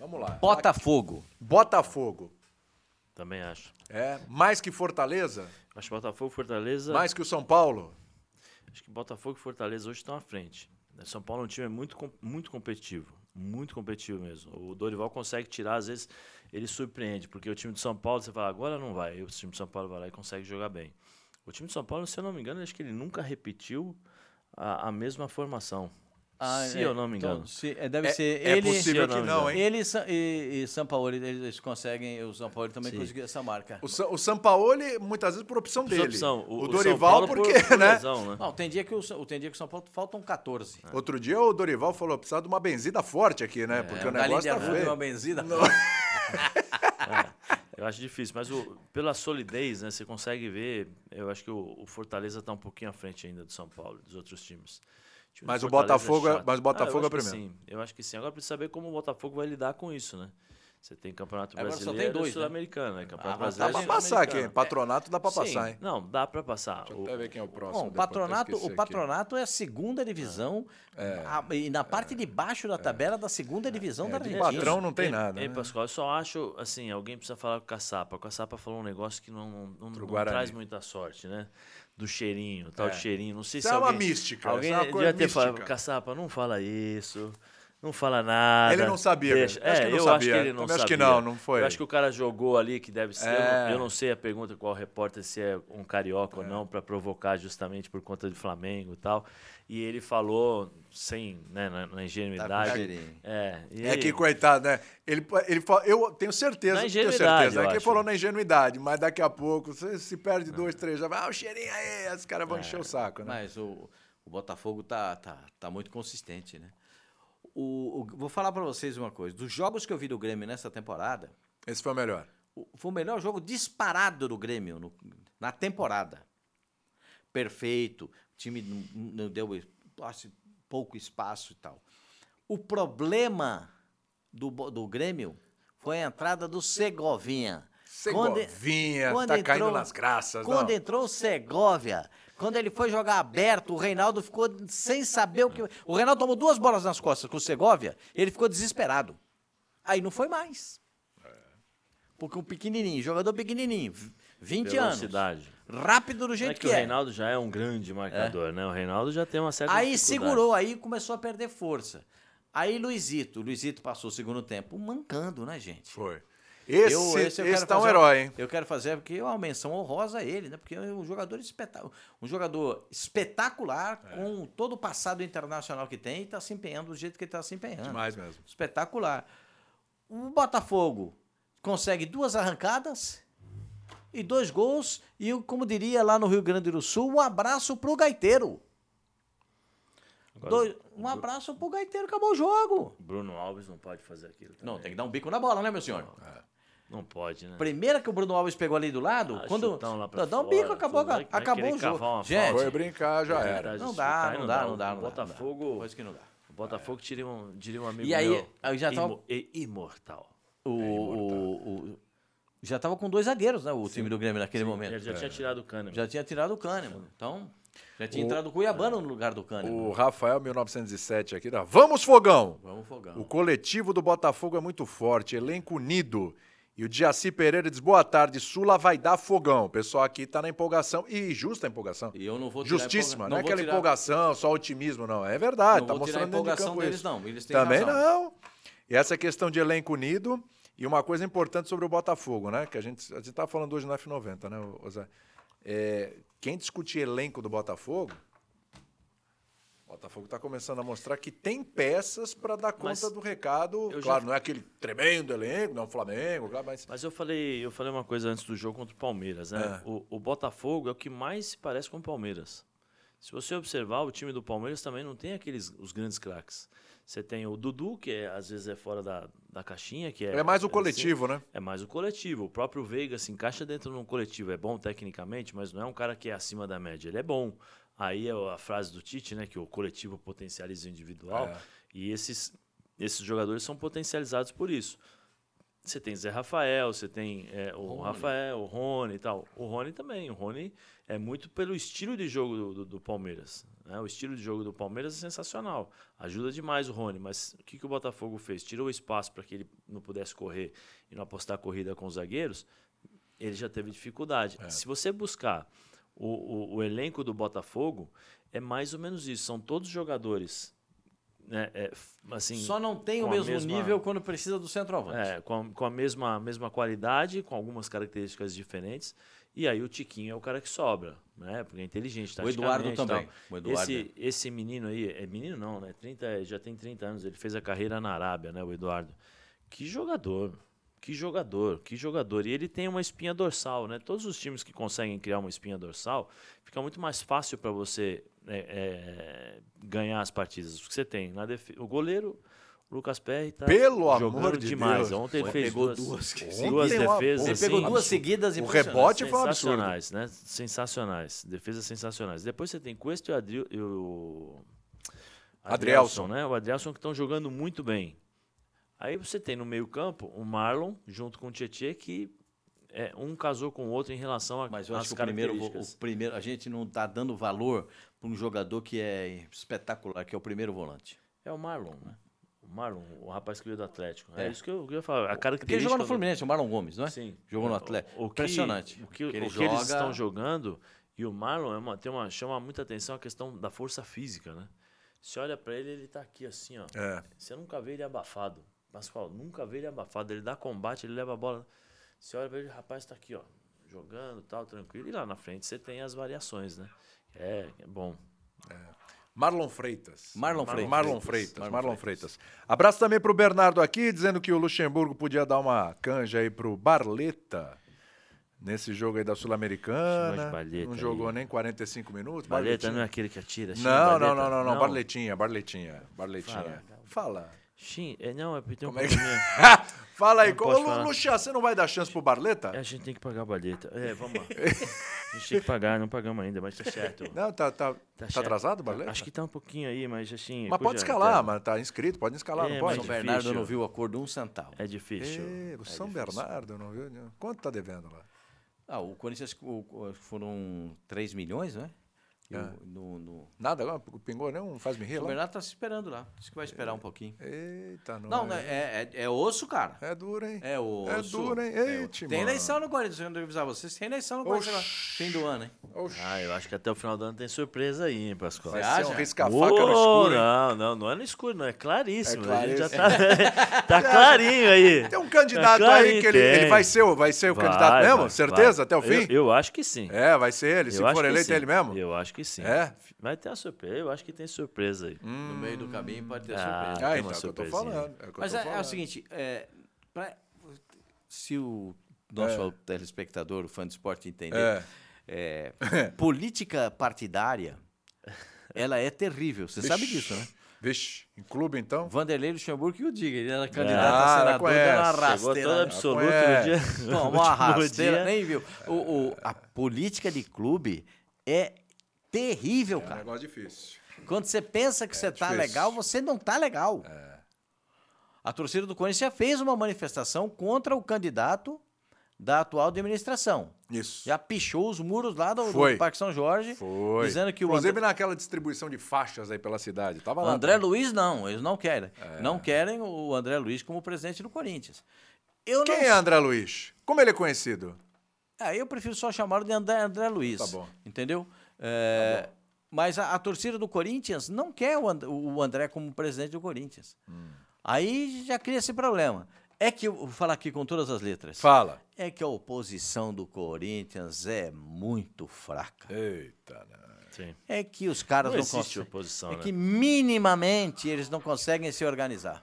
Speaker 1: Vamos lá.
Speaker 2: Botafogo.
Speaker 1: Botafogo.
Speaker 3: Também acho.
Speaker 1: É, mais que Fortaleza?
Speaker 3: Acho que Botafogo e Fortaleza.
Speaker 1: Mais que o São Paulo?
Speaker 3: Acho que Botafogo e Fortaleza hoje estão à frente. né? São Paulo é um time muito, com- muito competitivo. Muito competitivo mesmo. O Dorival consegue tirar, às vezes ele surpreende, porque o time de São Paulo, você fala, agora não vai. E o time de São Paulo vai lá e consegue jogar bem. O time de São Paulo, se eu não me engano, acho que ele nunca repetiu a, a mesma formação.
Speaker 2: Ah,
Speaker 3: se
Speaker 2: é,
Speaker 3: eu não me
Speaker 2: então,
Speaker 3: engano.
Speaker 2: se- é, deve
Speaker 1: É-
Speaker 2: ser
Speaker 1: é
Speaker 2: ele.
Speaker 1: possível
Speaker 3: que não,
Speaker 1: hein?
Speaker 2: Ele e Sa- e, e São Paulo, eles conseguem. O São Paulo também
Speaker 3: Sim.
Speaker 2: conseguiu essa marca.
Speaker 1: O, Sa o Sampaoli, muitas vezes, por opção
Speaker 3: Por
Speaker 1: dele.
Speaker 3: opção,
Speaker 1: o,
Speaker 3: o, o São
Speaker 1: Dorival,
Speaker 3: Paulo por-
Speaker 1: porque,
Speaker 3: por
Speaker 1: né?
Speaker 3: lesão, né?
Speaker 2: Não, tem dia que o, Sa- tem dia que o São Paulo faltam 14.
Speaker 1: Outro dia o Dorival falou: precisa de uma benzida forte aqui, né? Porque o
Speaker 2: um galinho de
Speaker 1: negócio tá
Speaker 2: arruda e
Speaker 1: feio.
Speaker 2: uma benzida.
Speaker 3: Eu acho difícil, mas o- pela solidez, né, você consegue ver. Eu acho que o, o Fortaleza está um pouquinho à frente ainda do São Paulo, dos outros times. time do
Speaker 1: Mas o
Speaker 3: Fortaleza
Speaker 1: Botafogo é-
Speaker 3: chato.
Speaker 1: mas o
Speaker 3: Ah, eu
Speaker 1: Botafogo é
Speaker 3: acho que
Speaker 1: primeiro.
Speaker 3: Sim, eu acho que sim. Agora precisa saber como o Botafogo vai lidar com isso, né? Você tem Campeonato
Speaker 2: Agora só tem
Speaker 3: Brasileiro
Speaker 2: dois,
Speaker 3: e
Speaker 2: né?
Speaker 3: Sul-Americano, né? Campeonato
Speaker 2: Ah, mas
Speaker 1: Dá
Speaker 3: Brasileiro.
Speaker 1: pra
Speaker 3: e
Speaker 1: passar aqui, hein?
Speaker 3: Sul-Americano.
Speaker 1: Patronato dá pra
Speaker 3: Sim,
Speaker 1: passar, hein?
Speaker 3: Não, dá pra passar. O-
Speaker 1: Deixa eu até ver quem é o próximo.
Speaker 2: Bom, o
Speaker 1: depois, até
Speaker 2: patronato,
Speaker 1: esqueci
Speaker 2: o
Speaker 1: aqui. É.
Speaker 2: patronato é a segunda divisão a- e na parte de baixo da tabela da segunda divisão da
Speaker 1: de
Speaker 2: Argentina.
Speaker 1: patrão não tem
Speaker 3: Ei,
Speaker 1: nada.
Speaker 3: Ei,
Speaker 1: né?
Speaker 3: Pascoal, eu só acho, assim, alguém precisa falar com o Caçapa. O Caçapa falou um negócio que não, não- não-
Speaker 1: Pro
Speaker 3: não
Speaker 1: Guarani.
Speaker 3: traz muita sorte, né? Do cheirinho, tal
Speaker 1: É.
Speaker 3: de cheirinho. Não sei
Speaker 1: Isso
Speaker 3: se
Speaker 1: é uma
Speaker 3: alguém,
Speaker 1: mística,
Speaker 3: Alguém
Speaker 1: isso é uma coisa
Speaker 3: devia ter falado,
Speaker 1: mística.
Speaker 3: Caçapa, não fala isso, não fala nada.
Speaker 1: Ele não sabia,
Speaker 3: deixa-
Speaker 1: cara. Eu acho
Speaker 3: é,
Speaker 1: que ele não
Speaker 3: eu acho
Speaker 1: sabia.
Speaker 3: que ele não
Speaker 1: Também acho
Speaker 3: sabia.
Speaker 1: que não, não foi.
Speaker 3: Eu acho que o cara jogou ali, que deve ser... eu não-
Speaker 1: É.
Speaker 3: Eu, não sei a pergunta qual repórter, se é um carioca ou não, pra provocar justamente por conta de Flamengo e tal. E ele falou, sem, né,
Speaker 1: Tá
Speaker 3: na, na ingenuidade...
Speaker 2: cheirinho.
Speaker 3: é, e
Speaker 1: É
Speaker 3: aí?
Speaker 1: que, coitado, né? Ele, ele fala, eu tenho certeza,
Speaker 3: Na
Speaker 1: tenho
Speaker 3: ingenuidade,
Speaker 1: certeza.
Speaker 3: eu
Speaker 1: É que ele
Speaker 3: acho.
Speaker 1: falou na ingenuidade, mas daqui a pouco, você se perde dois, três, já vai, ah, o cheirinho aí, os caras vão encher o saco, né?
Speaker 2: É. Mas o, o Botafogo tá, tá, tá muito consistente, né? O, o- vou falar pra vocês uma coisa. Dos jogos que eu vi do Grêmio nessa temporada,
Speaker 1: Esse foi o melhor.
Speaker 2: o- foi o melhor jogo disparado do Grêmio no- na temporada. Perfeito, o time não, não deu es- acho, pouco espaço e tal. O problema do, Bo- do Grêmio foi a entrada do Segovinha.
Speaker 1: Segovinha, tá caindo nas graças,
Speaker 2: Quando
Speaker 1: não.
Speaker 2: entrou o Segovia, quando ele foi jogar aberto, o Reinaldo ficou sem saber o que. O Reinaldo tomou duas bolas nas costas com o Segovia, ele ficou desesperado. Aí não foi mais. Porque um pequenininho, jogador pequenininho, v- 20
Speaker 3: Velocidade.
Speaker 2: anos, rápido do
Speaker 3: Não
Speaker 2: jeito
Speaker 3: é
Speaker 2: que,
Speaker 3: que o
Speaker 2: é.
Speaker 3: Reinaldo já é um grande marcador, né? O Reinaldo já tem uma certa
Speaker 2: Aí
Speaker 3: dificuldade.
Speaker 2: segurou, aí começou a perder força. Aí Luizito, Luizito passou o segundo tempo mancando, né, gente?
Speaker 1: Foi. Esse,
Speaker 2: Eu-
Speaker 1: esse,
Speaker 2: eu quero
Speaker 1: tá um
Speaker 2: fazer-
Speaker 1: herói, hein?
Speaker 2: Eu quero fazer porque é uma menção honrosa a ele, né? Porque é um jogador espetacular, um jogador espetacular
Speaker 3: É.
Speaker 2: com todo o passado internacional que tem e está se empenhando do jeito que ele está se empenhando.
Speaker 1: Demais mesmo.
Speaker 2: Espetacular. O Botafogo consegue duas arrancadas e dois gols e o- como diria lá no Rio Grande do Sul, um abraço pro gaiteiro.
Speaker 3: Agora,
Speaker 2: Dois- um abraço pro gaiteiro, acabou o jogo.
Speaker 3: Bruno Alves não pode fazer aquilo. também.
Speaker 2: Não, tem que dar um bico na bola, né, meu senhor?
Speaker 3: Ah, é. Não pode, né?
Speaker 2: Primeira que o Bruno Alves pegou ali do lado,
Speaker 3: Ah,
Speaker 2: quando
Speaker 3: chutão lá pra
Speaker 2: dá dá um
Speaker 3: fora,
Speaker 2: bico, acabou,
Speaker 3: tudo. Vai- vai
Speaker 2: acabou
Speaker 3: querer
Speaker 2: o jogo.
Speaker 3: cavar uma
Speaker 2: É, Gente,
Speaker 3: falta.
Speaker 1: Foi brincar, já era.
Speaker 2: não dá,
Speaker 3: Aí
Speaker 2: não dá, não dá,
Speaker 3: O
Speaker 2: não dá.
Speaker 3: um Botafogo-
Speaker 2: Coisa que não dá.
Speaker 3: O Botafogo diria um, diria um amigo
Speaker 2: E aí,
Speaker 3: meu,
Speaker 2: eu já tava-
Speaker 3: imo- e- imortal.
Speaker 2: O, o- o- já tava com dois zagueiros, né, o time do Grêmio naquele momento.
Speaker 3: Ele já tinha tirado o cano.
Speaker 2: Já tinha tirado o Kahneman. Então, já tinha entrado o
Speaker 3: É.
Speaker 2: Cuiabano no lugar do Kahneman.
Speaker 1: O Rafael 1907 aqui, dá, vamos fogão!
Speaker 2: Vamos fogão.
Speaker 1: O coletivo do Botafogo é muito forte, elenco unido. E o Diaci Pereira diz: boa tarde, Sula vai dar fogão. O pessoal aqui tá na empolgação. E justa a empolgação.
Speaker 2: E eu não vou tirar a
Speaker 1: Justíssima,
Speaker 2: empolga-
Speaker 1: não é
Speaker 2: não vou
Speaker 1: aquela
Speaker 2: tirar-
Speaker 1: empolgação, só otimismo, não. É verdade,
Speaker 2: Não
Speaker 1: tá
Speaker 2: vou tirar a
Speaker 1: mostrando dentro de
Speaker 2: empolgação
Speaker 1: campo
Speaker 2: deles,
Speaker 1: isso.
Speaker 2: não. Eles têm
Speaker 1: Também
Speaker 2: razão.
Speaker 1: não. é? E essa questão de elenco unido e uma coisa importante sobre o Botafogo, né? Que a gente a gente tava falando hoje no F90, né, ô, ô Zé? É, quem discutir elenco do Botafogo Botafogo está começando a mostrar que tem peças para dar conta
Speaker 3: Mas
Speaker 1: do recado.
Speaker 3: eu já-
Speaker 1: Claro, não é aquele tremendo elenco, não é o Flamengo, claro, mas
Speaker 3: Mas eu falei, eu falei uma coisa antes do jogo contra o Palmeiras, né? O, o Botafogo é o que mais se parece com o Palmeiras. Se você observar, o time do Palmeiras também não tem aqueles os grandes craques. Você tem o Dudu, que é- às vezes é fora da, da caixinha, que é.
Speaker 1: é mais o
Speaker 3: assim,
Speaker 1: coletivo, né?
Speaker 3: é mais o coletivo. O próprio Veiga se encaixa dentro de um coletivo. É bom tecnicamente, mas não é um cara que é acima da média. Ele é bom. Aí é a frase do Tite, né? Que o coletivo potencializa o individual.
Speaker 1: É.
Speaker 3: E esses, esses jogadores são potencializados por isso. Você tem Zé Rafael, você tem é, o Rafael, o Rony e tal. O Rony também. O Rony é muito pelo estilo de jogo do, do- do Palmeiras. né? O estilo de jogo do Palmeiras é sensacional. Ajuda demais o Rony. Mas o que, que o Botafogo fez? Tirou o espaço para que ele não pudesse correr e não apostar corrida com os zagueiros. Ele já teve dificuldade. Se você buscar o, o- o elenco do Botafogo, é mais ou menos isso. São todos jogadores. Né, é, f- assim,
Speaker 2: Só não tem o
Speaker 3: com a
Speaker 2: mesmo
Speaker 3: mesma-
Speaker 2: nível quando precisa do centroavante.
Speaker 3: é, com a, com a mesma, mesma qualidade, com algumas características diferentes. E aí o Tiquinho é o cara que sobra, né? Porque é inteligente,
Speaker 2: O Eduardo
Speaker 3: taticamente e tal.
Speaker 2: também. O Eduardo né? é.
Speaker 3: Esse, esse menino aí, é menino não, né? 30, já tem 30 anos, ele fez a carreira na Arábia, né, o Eduardo. Que jogador. Que jogador, que jogador. E ele tem uma espinha dorsal, né? Todos os times que conseguem criar uma espinha dorsal, fica muito mais fácil para você né, é, ganhar as partidas. Porque você tem na defe- o goleiro, o Lucas Perry tá
Speaker 1: Pelo amor
Speaker 3: jogando
Speaker 1: de
Speaker 3: demais.
Speaker 1: Deus.
Speaker 3: Ontem ele
Speaker 2: Ele
Speaker 3: fez
Speaker 2: pegou
Speaker 3: duas,
Speaker 2: duas que-
Speaker 3: duas
Speaker 1: Ontem, ó,
Speaker 3: defesas.
Speaker 1: ele
Speaker 2: Ele pegou
Speaker 3: assim,
Speaker 2: duas seguidas e
Speaker 1: O rebote foi um absurdo.
Speaker 3: Sensacionais, né? Sensacionais. Defesas sensacionais. Depois você tem Cuesta e o, Adri... e o...
Speaker 1: Adrielson.
Speaker 3: né? O Adrielson que estão jogando muito bem. Aí você tem no meio-campo o Marlon junto com o Tietchan que é, um casou com o outro em relação a
Speaker 2: Mas eu acho
Speaker 3: às
Speaker 2: que o primeiro, o
Speaker 3: características.
Speaker 2: primeiro, a gente não está dando valor para um jogador que é espetacular, que é o primeiro volante.
Speaker 3: É o Marlon, né? O Marlon, o rapaz que veio do Atlético. É,
Speaker 2: É.
Speaker 3: isso que eu, que eu ia falar. A
Speaker 2: Porque ele
Speaker 3: característica
Speaker 2: jogou no
Speaker 3: do-
Speaker 2: Fluminense, o Marlon Gomes,
Speaker 1: né?
Speaker 2: não é?
Speaker 3: Sim.
Speaker 2: Jogou no
Speaker 3: É,
Speaker 2: Atlético.
Speaker 3: o- o que-
Speaker 2: Impressionante.
Speaker 3: O que, o
Speaker 2: Ele
Speaker 3: que eles
Speaker 2: joga-
Speaker 3: estão jogando e o Marlon é uma, tem uma, chama muita atenção a questão da força física, né? Você olha pra ele, ele tá aqui assim, ó.
Speaker 1: É.
Speaker 3: Você nunca vê ele abafado. Pascoal, nunca vê ele abafado. Ele dá combate, ele leva a bola. Você olha pra ele, rapaz, tá aqui, ó. Jogando tal, tranquilo. E lá na frente você tem as variações, né? É, é bom.
Speaker 1: Marlon Freitas.
Speaker 2: Marlon Freitas.
Speaker 1: Marlon Freitas.
Speaker 2: Marlon
Speaker 1: Marlon Freitas. Abraço também pro Bernardo aqui, dizendo que o Luxemburgo podia dar uma canja aí pro Barleta. Nesse jogo aí da
Speaker 3: Chama
Speaker 1: Sul-Americana.
Speaker 3: de Barleta
Speaker 1: Não
Speaker 3: aí.
Speaker 1: jogou nem 45 minutos.
Speaker 3: Barleta
Speaker 1: Barletinha.
Speaker 3: não é aquele que atira. Sim,
Speaker 1: Não,
Speaker 3: Barleta?
Speaker 1: não, não, não, não. Barletinha, Barletinha, Barletinha. Fala.
Speaker 3: Sim, é, não, é porque tem um
Speaker 1: Como é que-
Speaker 3: probleminha.
Speaker 1: Fala aí.
Speaker 3: Não
Speaker 1: Ô,
Speaker 3: posso
Speaker 1: Lu,
Speaker 3: falar.
Speaker 1: Luxa, você não vai dar chance pro Barleta?
Speaker 3: É, A gente tem que pagar a balheta. É, vamos lá. A gente tem que pagar, não pagamos ainda, mas tá certo.
Speaker 1: Não, tá, tá, tá,
Speaker 3: certo.
Speaker 1: atrasado o Barleta?
Speaker 3: Acho que tá um pouquinho aí, mas assim.
Speaker 1: Mas
Speaker 3: é
Speaker 1: pode
Speaker 3: coisa
Speaker 1: escalar,
Speaker 3: interna.
Speaker 1: mas tá inscrito, pode escalar,
Speaker 3: É,
Speaker 1: não
Speaker 3: mas
Speaker 1: pode?
Speaker 2: São
Speaker 3: difícil.
Speaker 2: Bernardo não viu o acordo um centavo.
Speaker 3: É difícil.
Speaker 1: Ê, o
Speaker 3: É
Speaker 1: São
Speaker 3: difícil.
Speaker 1: Bernardo, não viu? não. Quanto tá devendo lá?
Speaker 2: Ah, o Corinthians o- o- foram 3 milhões, não é? E o- no- no-
Speaker 1: Nada agora? Pingou não? Faz-me rir
Speaker 2: O
Speaker 1: lá?
Speaker 2: Bernardo tá se esperando lá. Diz que vai esperar um pouquinho.
Speaker 1: Eita, não.
Speaker 2: Não, não, é, é, é osso, cara.
Speaker 1: É duro, hein?
Speaker 2: É osso.
Speaker 1: É duro, hein?
Speaker 2: É
Speaker 1: Eita,
Speaker 2: Tem
Speaker 1: mano.
Speaker 2: eleição no Corinthians, eu não avisar vocês. Tem eleição no Corinthians agora. Fim do ano, hein?
Speaker 1: Oxi.
Speaker 3: Ah, eu acho que até o final do ano tem surpresa aí, hein, Pascoal.
Speaker 1: Vai
Speaker 2: Você
Speaker 1: ser um
Speaker 2: acha?
Speaker 1: risca-faca no escuro, hein?
Speaker 3: Não, não, não é no escuro, não. É claríssimo.
Speaker 1: É
Speaker 3: a gente já
Speaker 1: claríssimo.
Speaker 3: tá, tá clarinho aí.
Speaker 1: Tem um candidato aí que ele, ele vai ser o, vai ser o
Speaker 3: Vai,
Speaker 1: candidato mesmo?
Speaker 3: vai,
Speaker 1: Certeza?
Speaker 3: vai.
Speaker 1: Até o
Speaker 3: Eu-
Speaker 1: fim?
Speaker 3: Eu, acho que sim.
Speaker 1: É, vai ser ele.
Speaker 3: Eu
Speaker 1: Se
Speaker 3: acho
Speaker 1: for
Speaker 3: que
Speaker 1: eleito,
Speaker 3: sim.
Speaker 1: é ele mesmo?
Speaker 3: Eu acho que sim.
Speaker 1: É?
Speaker 3: Vai ter a surpresa. Eu acho que tem surpresa aí.
Speaker 2: No meio do caminho pode ter
Speaker 3: Ah,
Speaker 2: surpresa.
Speaker 1: Ah,
Speaker 3: tem
Speaker 1: então
Speaker 3: uma
Speaker 1: é o que eu tô
Speaker 3: surpresinha.
Speaker 1: falando. É o que eu
Speaker 2: Mas
Speaker 1: tô
Speaker 2: é, é o
Speaker 1: falando.
Speaker 2: seguinte, é, pra- se o nosso telespectador, o fã de esporte, entender, é, política partidária, ela é terrível. Você sabe disso, né?
Speaker 1: Vixe, em clube então?
Speaker 2: Vanderlei Luxemburgo que o diga, ele era candidato
Speaker 1: Ah,
Speaker 2: a
Speaker 1: ela
Speaker 2: senador, deu
Speaker 1: conhece.
Speaker 2: uma
Speaker 3: Chegou
Speaker 2: rasteira.
Speaker 3: todo
Speaker 2: né?
Speaker 3: absoluto
Speaker 1: Ué.
Speaker 3: no dia. no
Speaker 2: Tomou
Speaker 3: último
Speaker 2: uma rasteira,
Speaker 3: dia.
Speaker 2: nem viu. O, o- a política de clube é terrível,
Speaker 1: É um
Speaker 2: cara.
Speaker 1: negócio difícil.
Speaker 2: Quando você pensa que você tá
Speaker 1: difícil. É.
Speaker 2: legal, você não tá legal. A torcida do Corinthians já fez uma manifestação contra o candidato da atual administração.
Speaker 1: Isso.
Speaker 2: Já pichou os muros lá do, do
Speaker 1: Foi.
Speaker 2: Parque São Jorge,
Speaker 1: Foi.
Speaker 2: dizendo que o
Speaker 1: Inclusive
Speaker 2: André,
Speaker 1: naquela distribuição de faixas aí pela cidade. Tava lá.
Speaker 2: André Luiz não, eles não querem.
Speaker 1: É.
Speaker 2: Não querem o André Luiz como presidente do Corinthians. Eu não
Speaker 1: Quem é André Luiz? Como ele é conhecido?
Speaker 2: Ah, eu prefiro só chamar de André, André Luiz.
Speaker 1: Tá bom.
Speaker 2: Entendeu?
Speaker 3: Tá
Speaker 2: É, Mas a, a torcida do Corinthians não quer o, And- o André como presidente do Corinthians.
Speaker 3: Hum.
Speaker 2: Aí já cria esse problema. É que, eu vou falar aqui com todas as letras,
Speaker 1: Fala.
Speaker 2: é que a oposição do Corinthians é muito fraca.
Speaker 1: Eita, não.
Speaker 3: Sim.
Speaker 2: é que os caras
Speaker 3: Não
Speaker 2: não,
Speaker 3: existe
Speaker 2: conseguem.
Speaker 3: oposição,
Speaker 2: é
Speaker 3: né?
Speaker 2: que minimamente eles não conseguem se organizar.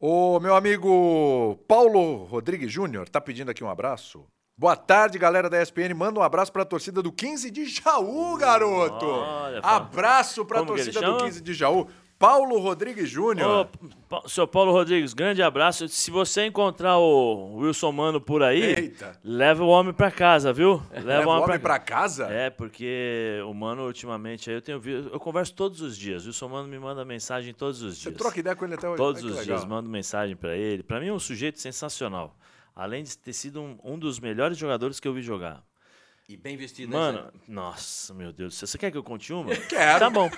Speaker 1: O meu amigo Paulo Rodrigues Júnior tá pedindo aqui um abraço. Boa tarde, galera da ESPN. Manda um abraço pra torcida do 15 de Jaú, garoto.
Speaker 3: Olha, Paulo.
Speaker 1: abraço pra
Speaker 3: Como que ele
Speaker 1: torcida do
Speaker 3: chama?
Speaker 1: 15 de Jaú. Paulo Rodrigues
Speaker 3: Ô,
Speaker 1: Júnior.
Speaker 3: Pa- seu Paulo Rodrigues, grande abraço. Se você encontrar o Wilson Mano por aí,
Speaker 1: Eita.
Speaker 3: leva o homem pra casa, viu?
Speaker 1: Leva o homem pra casa?
Speaker 3: É, porque o Mano ultimamente aí eu tenho visto, eu converso todos os dias. O Wilson Mano me manda mensagem todos os
Speaker 1: Você
Speaker 3: dias.
Speaker 1: troca ideia com ele até hoje. Olha
Speaker 3: Todos
Speaker 1: que
Speaker 3: os
Speaker 1: legal.
Speaker 3: dias mando mensagem pra ele. Pra mim é um sujeito sensacional. Além de ter sido um, um dos melhores jogadores que eu vi jogar.
Speaker 2: E bem vestido.
Speaker 3: Mano, nossa, meu Deus do céu. Você quer que eu conte uma?
Speaker 1: Quero.
Speaker 3: Tá bom.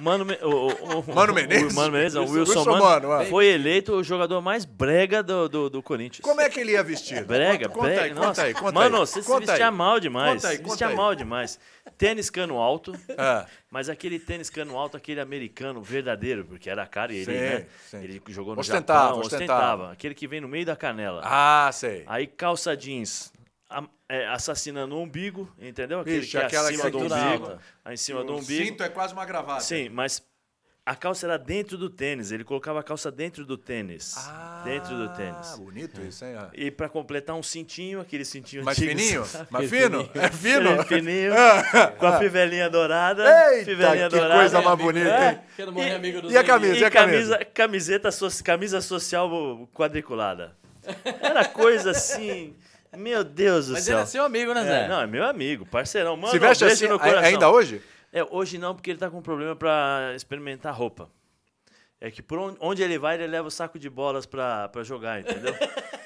Speaker 3: Mano, Me- o, o- o-
Speaker 1: Mano
Speaker 3: o-
Speaker 1: Menezes?
Speaker 3: O Mano Menezes, não, o Wilson,
Speaker 1: Wilson
Speaker 3: Mano,
Speaker 1: Mano, é.
Speaker 3: foi eleito o jogador mais brega do, do, do Corinthians.
Speaker 1: Como é que ele ia vestido?
Speaker 3: Brega,
Speaker 1: conta,
Speaker 3: brega.
Speaker 1: Aí,
Speaker 3: nossa.
Speaker 1: conta aí, conta
Speaker 3: Mano,
Speaker 1: aí.
Speaker 3: você se
Speaker 1: Conta
Speaker 3: vestia
Speaker 1: aí.
Speaker 3: mal demais.
Speaker 1: Conta aí,
Speaker 3: se
Speaker 1: conta
Speaker 3: vestia
Speaker 1: aí.
Speaker 3: mal demais. Tênis cano alto.
Speaker 1: Ah,
Speaker 3: Mas aquele tênis cano alto, aquele americano verdadeiro, porque era caro e ele,
Speaker 1: Sim,
Speaker 3: né?
Speaker 1: sim.
Speaker 3: Ele jogou no
Speaker 1: Ostentava,
Speaker 3: Japão,
Speaker 1: ostentava.
Speaker 3: Aquele que vem no meio da canela.
Speaker 1: ah, sei.
Speaker 3: Aí calça jeans, am- é, assassinando o umbigo, entendeu? Aquele
Speaker 1: Ixi,
Speaker 3: que é
Speaker 1: aquela
Speaker 3: acima
Speaker 1: que
Speaker 3: do
Speaker 1: cintura
Speaker 3: umbigo.
Speaker 1: alta.
Speaker 3: Aí em cima do
Speaker 1: o
Speaker 3: umbigo.
Speaker 1: cinto é quase uma gravata.
Speaker 3: Sim, mas a calça era dentro do tênis. Ele colocava a calça dentro do tênis.
Speaker 1: Ah,
Speaker 3: dentro do tênis.
Speaker 1: bonito isso, hein? Ah.
Speaker 3: E pra completar um cintinho, aquele cintinho
Speaker 1: Mais
Speaker 3: antigo,
Speaker 1: fininho?
Speaker 3: sabe?
Speaker 1: Mais fino? É
Speaker 3: Aquele
Speaker 1: fino?
Speaker 3: Fininho,
Speaker 1: Ah.
Speaker 3: com a fivelinha dourada.
Speaker 1: Eita,
Speaker 3: fivelinha
Speaker 1: que
Speaker 3: dourada.
Speaker 1: coisa mais bonita,
Speaker 3: É.
Speaker 1: hein?
Speaker 5: Quero morrer
Speaker 3: E-
Speaker 5: amigo dos
Speaker 1: e a camisa?
Speaker 3: E
Speaker 1: a camisa?
Speaker 3: camisa, camiseta, so- camisa social quadriculada. Era coisa assim. Meu Deus do
Speaker 5: Mas
Speaker 3: céu.
Speaker 5: ele é seu amigo, né, Zé?
Speaker 3: É, não, é meu amigo, parceirão. Mano,
Speaker 1: Se veste
Speaker 3: um beijo
Speaker 1: assim
Speaker 3: no
Speaker 1: a-
Speaker 3: coração.
Speaker 1: ainda hoje?
Speaker 3: É, hoje não, porque ele tá com problema pra experimentar roupa. É que por on- onde ele vai, ele leva o saco de bolas pra, pra jogar, entendeu? É,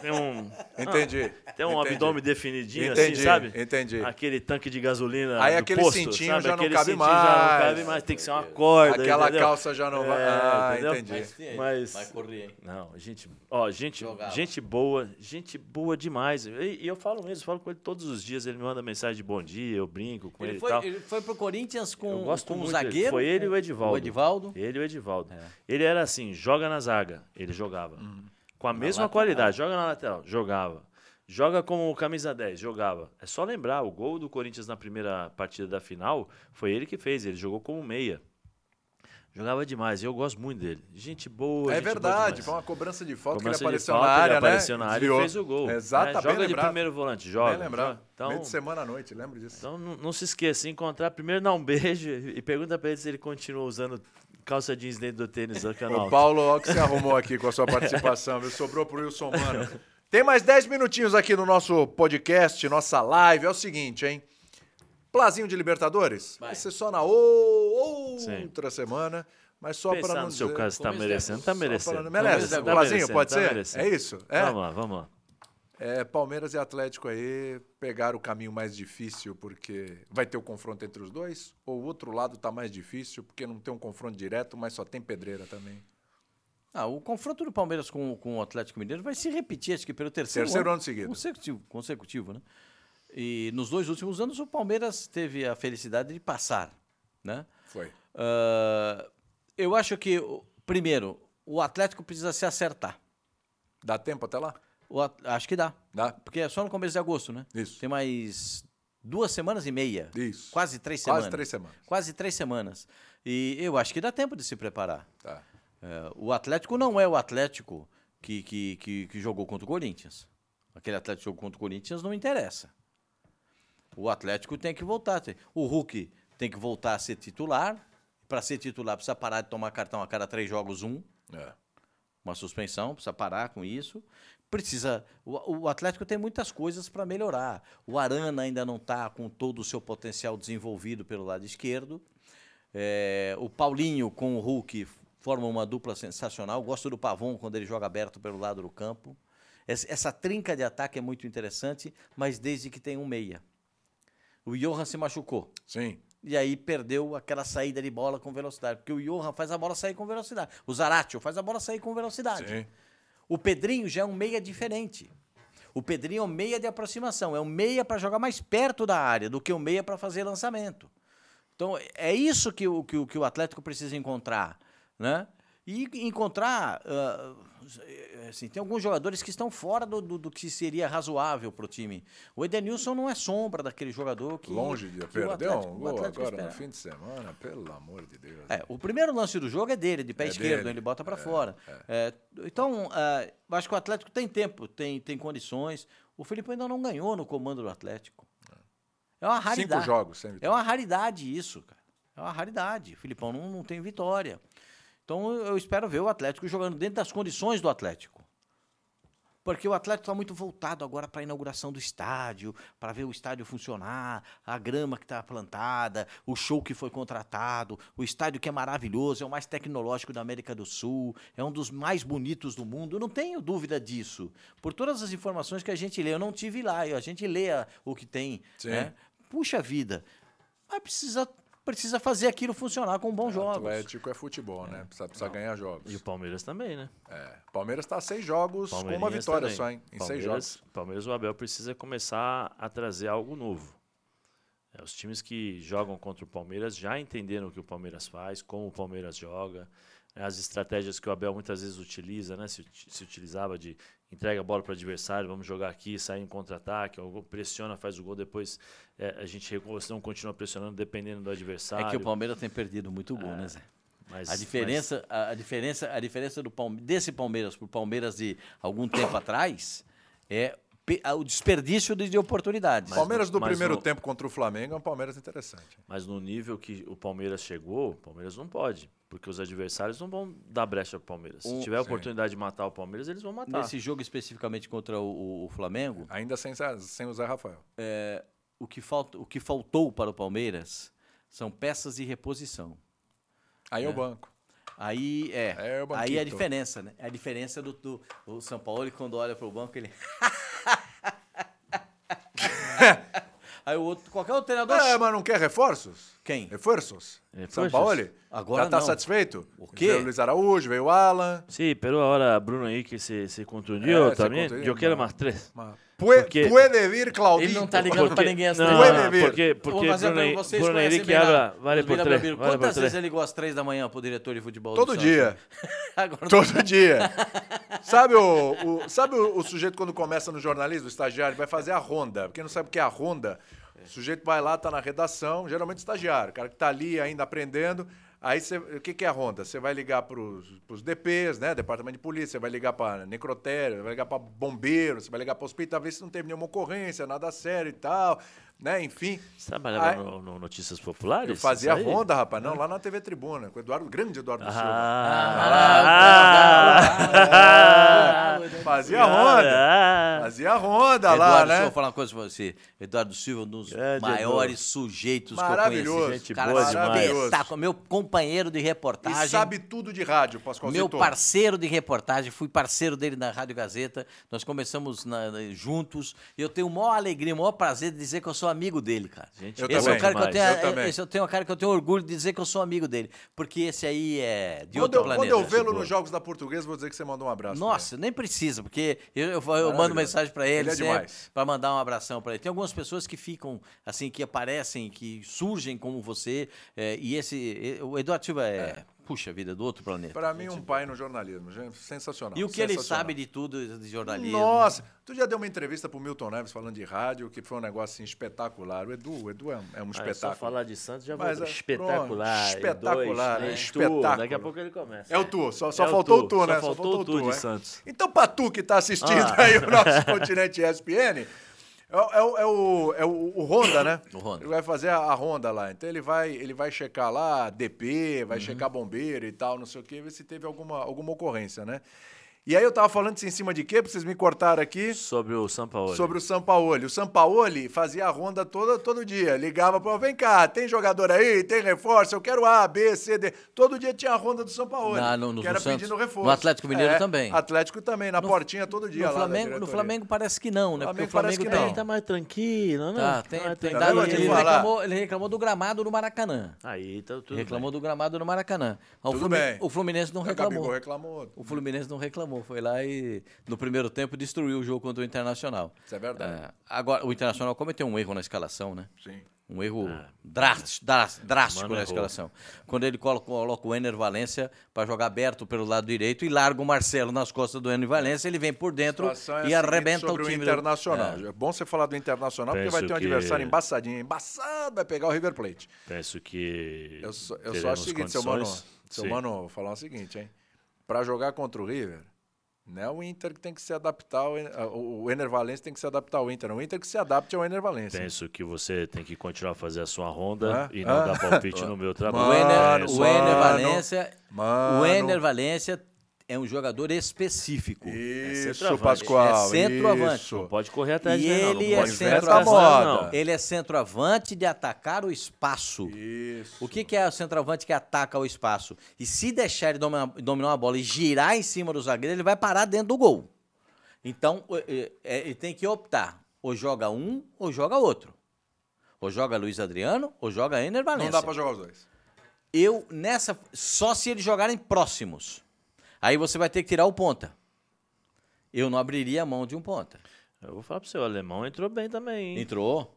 Speaker 3: Tem um,
Speaker 1: Entendi.
Speaker 3: tem um
Speaker 1: entendi.
Speaker 3: abdômen definidinho,
Speaker 1: Entendi,
Speaker 3: assim, sabe?
Speaker 1: entendi.
Speaker 3: Aquele tanque de gasolina.
Speaker 1: Aí
Speaker 3: do
Speaker 1: aquele
Speaker 3: posto,
Speaker 1: cintinho
Speaker 3: sabe?
Speaker 1: já não
Speaker 3: Aquele
Speaker 1: cabe
Speaker 3: cintinho já
Speaker 1: mais.
Speaker 3: não cabe mais. Tem que ser uma corda.
Speaker 1: Aquela
Speaker 3: entendeu?
Speaker 1: calça já não vai.
Speaker 3: É,
Speaker 1: ah,
Speaker 3: entendeu?
Speaker 1: entendi.
Speaker 2: Mas,
Speaker 3: Mas-
Speaker 2: vai correr, hein?
Speaker 3: Não, gente, ó, gente,
Speaker 2: Jogava.
Speaker 3: gente boa, gente boa demais. E, e eu falo mesmo, falo com ele todos os dias, ele me manda mensagem de bom dia, eu brinco com ele,
Speaker 5: Ele
Speaker 3: e tal.
Speaker 5: foi, ele foi pro Corinthians com,
Speaker 3: eu gosto
Speaker 5: com
Speaker 3: muito
Speaker 5: um
Speaker 3: dele.
Speaker 5: zagueiro.
Speaker 3: Foi ele e o Edivaldo.
Speaker 2: O Edivaldo.
Speaker 3: Ele e o Edivaldo. Ele era assim, joga na zaga, ele jogava. Com a mesma
Speaker 2: lateral.
Speaker 3: qualidade, joga na lateral, jogava. Joga como camisa 10, jogava. É só lembrar, o gol do Corinthians na primeira partida da final foi ele que fez, ele jogou como meia. Jogava demais, e eu gosto muito dele. Gente boa,
Speaker 1: É
Speaker 3: gente boa
Speaker 1: verdade,
Speaker 3: demais.
Speaker 1: foi uma cobrança de falta
Speaker 3: Cobrança
Speaker 1: que ele apareceu
Speaker 3: de falta,
Speaker 1: na área,
Speaker 3: ele apareceu
Speaker 1: né?
Speaker 3: na área
Speaker 1: Desviou.
Speaker 3: e fez o gol.
Speaker 1: Exato,
Speaker 3: né?
Speaker 1: bem
Speaker 3: Joga de
Speaker 1: lembrado.
Speaker 3: primeiro volante,
Speaker 1: Bem
Speaker 3: joga.
Speaker 1: lembrado.
Speaker 3: joga. Então,
Speaker 1: Meio de semana à noite, lembro disso.
Speaker 3: então não, não se esqueça, se encontrar, primeiro dá um beijo e e pergunta pra ele se ele continua usando calça jeans dentro do tênis do canal.
Speaker 1: O Paulo, olha o que você arrumou aqui com a sua participação, viu? Sobrou pro Wilson Mano. Tem mais 10 minutinhos aqui no nosso podcast, nossa live. É o seguinte, hein? Plazinho de Libertadores? Vai ser só na ou-
Speaker 3: Sim.
Speaker 1: outra semana, mas só
Speaker 3: Pensar
Speaker 1: para não
Speaker 3: no seu
Speaker 1: dizer-
Speaker 3: caso, se tá
Speaker 5: Começo de
Speaker 3: merecendo,
Speaker 5: agosto,
Speaker 3: tá
Speaker 5: só
Speaker 1: Fala,
Speaker 3: merecendo.
Speaker 1: não merece.
Speaker 3: Tá
Speaker 1: Plazinho,
Speaker 3: merecendo,
Speaker 1: pode
Speaker 3: tá
Speaker 1: ser?
Speaker 3: merecendo.
Speaker 1: É isso? É?
Speaker 3: Vamos lá, vamos lá.
Speaker 1: É, Palmeiras e Atlético aí pegaram o caminho mais difícil porque vai ter o confronto entre os dois? Ou o outro lado tá mais difícil porque não tem um confronto direto, mas só tem pedreira também?
Speaker 2: Ah, o confronto do Palmeiras com, com o Atlético Mineiro vai se repetir, acho que pelo terceiro,
Speaker 1: Terceiro ano seguido.
Speaker 2: Consecutivo, consecutivo, né? E nos dois últimos anos o Palmeiras teve a felicidade de passar, né?
Speaker 1: Foi.
Speaker 2: Ah, eu acho que, o- primeiro, o Atlético precisa se acertar.
Speaker 1: Dá tempo até lá?
Speaker 2: O at- acho que dá,
Speaker 1: Dá?
Speaker 2: porque é só no começo de agosto, né?
Speaker 1: Isso.
Speaker 2: Tem mais duas semanas e meia.
Speaker 1: Isso.
Speaker 2: Quase três
Speaker 1: Quase
Speaker 2: semanas.
Speaker 1: três semanas.
Speaker 2: Quase três semanas. E eu acho que dá tempo de se preparar.
Speaker 1: Tá.
Speaker 2: É, o Atlético não é o Atlético que, que, que, que jogou contra o Corinthians. Aquele Atlético que jogou contra o Corinthians não interessa. O Atlético tem que voltar. Tem- O Hulk tem que voltar a ser titular. Para ser titular, precisa parar de tomar cartão a cada três jogos, um.
Speaker 1: É.
Speaker 2: Uma suspensão, precisa parar com isso. Precisa. O, o Atlético tem muitas coisas para melhorar. O Arana ainda não está com todo o seu potencial desenvolvido pelo lado esquerdo. É, o Paulinho com o Hulk forma uma dupla sensacional. Gosto do Pavon quando ele joga aberto pelo lado do campo. Es- Essa trinca de ataque é muito interessante, mas desde que tem um meia. O Johan se machucou.
Speaker 1: Sim.
Speaker 2: E aí perdeu aquela saída de bola com velocidade. Porque o Johan faz a bola sair com velocidade. O Zaratio faz a bola sair com velocidade.
Speaker 1: Sim.
Speaker 2: O Pedrinho já é um meia diferente. O Pedrinho é um meia de aproximação, é um meia para jogar mais perto da área do que um meia para fazer lançamento. Então, é isso que o, que o, que o Atlético precisa encontrar, né? E encontrar. ah, assim, tem alguns jogadores que estão fora do, do- do que seria razoável para o time. O Edenilson não é sombra daquele jogador que.
Speaker 1: Longe de
Speaker 2: que o
Speaker 1: perder
Speaker 2: Atlético-
Speaker 1: um
Speaker 2: o
Speaker 1: gol
Speaker 2: Atlético
Speaker 1: agora no
Speaker 2: espera.
Speaker 1: fim de semana, pelo amor de Deus.
Speaker 2: É, o primeiro lance do jogo é dele, de pé
Speaker 1: É
Speaker 2: esquerdo,
Speaker 1: dele.
Speaker 2: ele bota pra fora. É, então, ah, eu acho que o Atlético tem tempo, tem, tem condições. O Felipe ainda não ganhou no comando do Atlético. É uma raridade.
Speaker 1: Cinco jogos sem
Speaker 2: É uma raridade isso, cara. É uma raridade. O Filipão não, não tem vitória. Então eu eu espero ver o Atlético jogando dentro das condições do Atlético. Porque o Atlético está muito voltado agora para a inauguração do estádio, para ver o estádio funcionar, a grama que está plantada, o show que foi contratado, o estádio que é maravilhoso, é o mais tecnológico da América do Sul, é um dos mais bonitos do mundo. Eu não tenho dúvida disso. Por todas as informações que a gente lê, eu não tive lá, eu- a gente lê a- o que tem.
Speaker 1: Sim.
Speaker 2: né? Puxa vida, mas precisa, precisa fazer aquilo funcionar com um bons
Speaker 1: O
Speaker 2: jogos.
Speaker 1: Atlético é futebol, né? Precisa, precisa ganhar jogos.
Speaker 3: E o Palmeiras também, né?
Speaker 1: É. Palmeiras está seis jogos com uma
Speaker 3: Palmeirinhas
Speaker 1: vitória
Speaker 3: também.
Speaker 1: só, hein? Em seis jogos.
Speaker 3: Palmeiras, o Abel precisa começar a trazer algo novo. É, os times que jogam contra o Palmeiras já entenderam o que o Palmeiras faz, como o Palmeiras joga, né, as estratégias que o Abel muitas vezes utiliza, né? Se, ut- se utilizava de entrega a bola para o adversário, vamos jogar aqui, sai em contra-ataque, ou pressiona, faz o gol, depois é, a gente recua, senão continua pressionando dependendo do
Speaker 2: É
Speaker 3: adversário.
Speaker 2: que o Palmeiras tem perdido muito gol, né, Zé?
Speaker 3: Mas-
Speaker 2: A diferença, a, a diferença, a diferença do Palme desse Palmeiras para o Palmeiras de algum tempo atrás é pe- a- o desperdício de, de oportunidades.
Speaker 1: Palmeiras do
Speaker 3: mas
Speaker 1: primeiro
Speaker 3: o-
Speaker 1: tempo contra o Flamengo é um Palmeiras interessante.
Speaker 3: Mas no nível que o Palmeiras chegou, o Palmeiras não pode. Porque os adversários não vão dar brecha pro Palmeiras.
Speaker 2: Um-
Speaker 3: Se tiver a oportunidade de matar o Palmeiras, eles vão matar.
Speaker 2: Nesse jogo especificamente contra o, o- o Flamengo,
Speaker 1: Ainda sem, sem o Zé Rafael.
Speaker 2: o que, falta, o que faltou para o Palmeiras são peças de reposição.
Speaker 1: Aí é o banco.
Speaker 2: Aí é,
Speaker 1: É, o banquito.
Speaker 2: aí é a diferença, né? É a diferença do, do o São Paulo ele, quando olha para o banco ele Aí o outro, qualquer outro treinador
Speaker 1: Ah, mas não quer reforços?
Speaker 2: Quem?
Speaker 1: Reforços. São
Speaker 3: Reforços?
Speaker 1: Paulo?
Speaker 2: Agora
Speaker 1: Já tá
Speaker 2: não.
Speaker 1: satisfeito?
Speaker 2: O quê?
Speaker 1: Veio o Luiz Araújo, veio o Alan.
Speaker 3: Sim, pero ahora Bruno aí que se, se contundiu
Speaker 1: É, se
Speaker 3: também.
Speaker 1: contundiu,
Speaker 3: Eu quero
Speaker 1: mas-
Speaker 3: mais três.
Speaker 1: Mas... Pue-
Speaker 3: Porque-
Speaker 1: Puede vir Claudinho.
Speaker 2: Ele não tá ligando pra ninguém às
Speaker 3: não,
Speaker 2: três
Speaker 1: da
Speaker 3: não,
Speaker 1: manhã.
Speaker 3: porque, porque
Speaker 2: Vou fazer
Speaker 3: Bruno,
Speaker 2: pra
Speaker 3: Hen-
Speaker 2: vocês
Speaker 3: Bruno
Speaker 2: conhecem
Speaker 3: Henrique
Speaker 2: bem lá,
Speaker 3: habla, vale
Speaker 2: Bruno
Speaker 3: por
Speaker 2: Vila
Speaker 3: três.
Speaker 2: Belmiro.
Speaker 3: Vale por
Speaker 2: Quantas
Speaker 3: três.
Speaker 2: vezes ele ligou às três da manhã pro diretor de futebol? do
Speaker 1: Todo
Speaker 2: Santos?
Speaker 1: dia.
Speaker 2: Agora não
Speaker 1: Todo dia. Sabe, o, o- sabe o, o sujeito quando começa no jornalismo, o estagiário, vai fazer a ronda. Quem não sabe o que é a ronda, o sujeito vai lá, tá na redação, geralmente estagiário, o cara que tá ali ainda aprendendo. Aí você, o que, que é a ronda? Você vai ligar pros, pros DPs, né? Departamento de Polícia, você vai ligar pra necrotério, vai ligar pra bombeiro, você vai ligar pra hospital, ver se não teve nenhuma ocorrência, nada sério e tal, né? Enfim.
Speaker 3: Você trabalhava
Speaker 1: Aí-
Speaker 3: no, no Notícias Populares?
Speaker 1: Ah, é? Eu fazia a
Speaker 3: Isso aí?
Speaker 1: ronda, rapaz, não, lá na TV Tribuna, com o Eduardo, grande Eduardo Silva.
Speaker 3: Ah,
Speaker 2: Ah,
Speaker 1: Fazia a ronda.
Speaker 3: ah, ah.
Speaker 1: Fazia um a ronda lá,
Speaker 2: Eduardo
Speaker 1: né?
Speaker 2: Silva, vou falar uma coisa pra você. Eduardo Silva é um dos
Speaker 3: Grande
Speaker 2: maiores sujeitos que eu
Speaker 1: Maravilhoso.
Speaker 2: conheci.
Speaker 1: Gente
Speaker 2: cara
Speaker 3: boa
Speaker 1: demais.
Speaker 2: espetáculo, meu companheiro de
Speaker 1: E
Speaker 2: reportagem.
Speaker 1: sabe tudo de rádio, Pascoalzito.
Speaker 2: Meu parceiro de reportagem, fui parceiro dele na Rádio Gazeta, nós começamos na- na- juntos. E eu tenho a maior alegria, o maior prazer de dizer que eu sou amigo dele, cara.
Speaker 3: Gente,
Speaker 1: Eu
Speaker 2: esse é
Speaker 1: também,
Speaker 2: o cara
Speaker 3: demais.
Speaker 2: que eu tenho,
Speaker 1: eu também.
Speaker 2: esse eu tenho um cara que eu tenho orgulho de dizer que eu sou amigo dele, porque esse aí é de
Speaker 1: Quando
Speaker 2: outro
Speaker 1: eu, quando
Speaker 2: planeta. tipo-
Speaker 1: eu vê-lo
Speaker 3: boa.
Speaker 1: nos Jogos da Portuguesa, vou dizer que você mandou um abraço. pra
Speaker 2: Nossa, nem precisa, porque eu, eu, eu
Speaker 1: Maravilhoso.
Speaker 2: mando mensagem pra
Speaker 1: Ele
Speaker 2: ele,
Speaker 1: é
Speaker 2: sempre
Speaker 1: demais.
Speaker 2: para mandar um abração pra ele. Tem algumas pessoas que ficam assim, que aparecem, que surgem como você, eh, e esse e- o Eduardo Silva é, puxa vida do outro
Speaker 1: ele.
Speaker 2: planeta.
Speaker 1: Pra mim, um pai no jornalismo. gente, Sensacional.
Speaker 2: E o que ele
Speaker 1: é sensacional.
Speaker 2: sabe de tudo de jornalismo?
Speaker 1: Nossa, tu já deu uma entrevista pro Milton Neves falando de rádio, que foi um negócio assim, espetacular. O Edu, o Edu é, um- é um
Speaker 3: Ah, é só
Speaker 1: espetáculo.
Speaker 3: falar de Santos já
Speaker 1: Mas,
Speaker 3: vai.
Speaker 1: é,
Speaker 3: Espetacular.
Speaker 1: pronto, espetacular,
Speaker 3: Dois,
Speaker 1: é,
Speaker 3: três, tu.
Speaker 1: espetáculo.
Speaker 3: Daqui a pouco ele começa.
Speaker 1: É o tu, só, só
Speaker 3: É o
Speaker 1: faltou
Speaker 3: tu,
Speaker 1: o tu,
Speaker 3: só
Speaker 1: né?
Speaker 3: faltou o tu de
Speaker 1: é.
Speaker 3: Santos.
Speaker 1: Então, pra tu que tá assistindo
Speaker 3: Ah.
Speaker 1: aí o nosso Continente ESPN, é, o- é o- é o, é o, o Honda, né?
Speaker 2: O Honda.
Speaker 1: Ele vai fazer a, a Honda lá. Então, ele vai, ele vai checar lá DP,
Speaker 3: Uhum.
Speaker 1: vai checar bombeiro e tal, não sei o quê, ver se teve alguma, alguma ocorrência, né? E aí eu tava falando isso em cima de quê? Pra vocês me cortaram aqui.
Speaker 3: Sobre o Sampaoli.
Speaker 1: Sobre o Sampaoli. O Sampaoli fazia a ronda toda, todo dia. Ligava para vem cá, tem jogador aí, tem reforço, eu quero A, B, C, D. Todo dia tinha a ronda do Sampaoli.
Speaker 2: Na- no- no-
Speaker 1: que era
Speaker 2: no Santos.
Speaker 1: pedindo reforço. É,
Speaker 2: No Atlético Mineiro também.
Speaker 1: Atlético também, na portinha todo dia. lá
Speaker 2: no,
Speaker 1: da
Speaker 2: Flamengo, no
Speaker 1: diretoria.
Speaker 2: Flamengo parece que não, né? Porque o
Speaker 1: Flamengo parece
Speaker 2: Flamengo
Speaker 1: que
Speaker 2: tem.
Speaker 1: não.
Speaker 3: Ele tá mais tranquilo, né?
Speaker 2: Tá, tem,
Speaker 3: mais
Speaker 2: tem
Speaker 1: Tá
Speaker 3: tranquilo.
Speaker 2: dado-
Speaker 1: vendo? Eu te
Speaker 2: ele,
Speaker 1: falar.
Speaker 2: reclamou, ele reclamou do gramado no Maracanã.
Speaker 3: Aí tá tudo.
Speaker 2: Ele reclamou do gramado no Maracanã. Ah, O,
Speaker 1: Tudo
Speaker 2: Flumin-
Speaker 1: bem.
Speaker 2: o Fluminense não
Speaker 1: O Gabigol
Speaker 2: reclamou.
Speaker 1: reclamou.
Speaker 2: O Fluminense não reclamou, foi lá e no primeiro tempo destruiu o jogo contra o Internacional.
Speaker 1: Isso é verdade.
Speaker 2: É, agora, o Internacional cometeu um erro na escalação, né?
Speaker 1: Sim.
Speaker 2: Um erro
Speaker 3: Ah,
Speaker 1: é.
Speaker 2: drástico, drás- drástico
Speaker 3: Mano
Speaker 2: na
Speaker 3: errou.
Speaker 2: escalação. Quando ele colo- coloca o Ener Valência para jogar aberto pelo lado direito e larga o Marcelo nas costas do Ener Valência, ele vem por dentro
Speaker 1: A situação é a
Speaker 2: e
Speaker 1: seguinte
Speaker 2: arrebenta o
Speaker 1: sobre
Speaker 2: time. do-
Speaker 1: Internacional.
Speaker 2: É.
Speaker 1: É. bom você falar do Internacional, porque
Speaker 3: Penso
Speaker 1: vai ter um
Speaker 3: que-
Speaker 1: adversário embaçadinho. Embaçado vai pegar o River Plate.
Speaker 3: Penso que.
Speaker 1: Eu só, eu só
Speaker 3: teremos
Speaker 1: acho o seguinte, seu mano,
Speaker 3: condições.
Speaker 1: seu
Speaker 3: Sim.
Speaker 1: mano, vou falar o seguinte, hein? Pra jogar contra o River, não é o Inter que tem que se adaptar, ao, En- ah, o o Ener Valencia tem que se adaptar ao Inter, é o Inter que se adapte ao Ener Valencia.
Speaker 3: Penso que você tem que continuar a fazer a sua ronda
Speaker 1: Hã?
Speaker 3: e não
Speaker 1: Hã?
Speaker 3: dar palpite no meu
Speaker 2: O
Speaker 3: trabalho. É,
Speaker 1: Mano,
Speaker 2: Ener,
Speaker 3: Penso-
Speaker 2: o Ener
Speaker 1: mano,
Speaker 2: Valência,
Speaker 1: mano.
Speaker 2: o Ener Valência é um jogador específico.
Speaker 1: Isso,
Speaker 3: É centroavante.
Speaker 1: Pascoal,
Speaker 2: É centroavante.
Speaker 1: isso.
Speaker 3: Não pode correr
Speaker 1: tá
Speaker 3: atrás
Speaker 2: E
Speaker 3: dele, não.
Speaker 2: ele
Speaker 3: não
Speaker 2: é
Speaker 3: pode ficar
Speaker 2: centroavante.
Speaker 3: descansado, não.
Speaker 1: Moda.
Speaker 2: Ele é centroavante de atacar o espaço.
Speaker 1: Isso.
Speaker 2: O que, que é o centroavante que ataca o espaço? E se deixar ele dominar, dominar uma bola e girar em cima do zagueiro, ele vai parar dentro do gol. Então, o- é- é- ele tem que optar. Ou joga um, ou joga outro. Ou joga Luiz Adriano, ou joga Ener
Speaker 1: Não
Speaker 2: Valencia.
Speaker 1: dá pra jogar os dois.
Speaker 2: Eu, nessa. Só se eles jogarem próximos. Aí você vai ter que tirar o ponta. Eu não abriria a mão de um ponta.
Speaker 3: Eu vou falar pro seu, o alemão entrou bem também, hein?
Speaker 2: Entrou?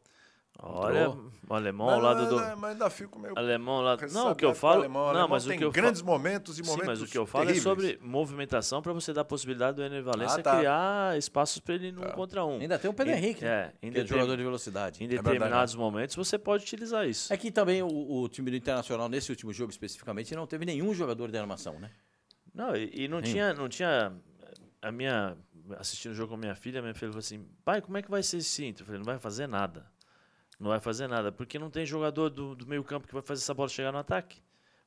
Speaker 3: Olha,
Speaker 2: entrou.
Speaker 3: o alemão ao lado do.
Speaker 1: Mas ainda fico meio...
Speaker 3: Alemão ao lado. Não, o
Speaker 1: ressabiado
Speaker 3: que eu
Speaker 1: com
Speaker 3: falo.
Speaker 1: alemão. O
Speaker 3: não,
Speaker 1: alemão
Speaker 3: mas o
Speaker 1: tem
Speaker 3: que eu
Speaker 1: grandes
Speaker 3: falo.
Speaker 1: momentos e
Speaker 3: Sim,
Speaker 1: momentos
Speaker 3: mas o que eu falo
Speaker 1: terríveis.
Speaker 3: é sobre movimentação para você dar a possibilidade do Ener Valencia
Speaker 1: Ah, tá.
Speaker 3: criar espaços para ele no um contra um.
Speaker 2: Ainda tem o Pedro
Speaker 3: Em-
Speaker 2: Henrique,
Speaker 3: é,
Speaker 2: né?
Speaker 3: ainda
Speaker 2: que é
Speaker 3: tem-
Speaker 2: jogador de velocidade.
Speaker 3: Em
Speaker 1: É verdade. né?
Speaker 3: determinados momentos você pode utilizar isso.
Speaker 2: É que também o, o time do Internacional, nesse último jogo especificamente, não teve nenhum jogador de armação, né?
Speaker 3: Não, e, e não tinha, não tinha. A minha. Assistindo o jogo com a minha filha, minha filha falou assim: pai, como é que vai ser esse cinto? Eu falei: não vai fazer nada. Não vai fazer nada, porque não tem jogador do, do meio campo que vai fazer essa bola chegar no ataque.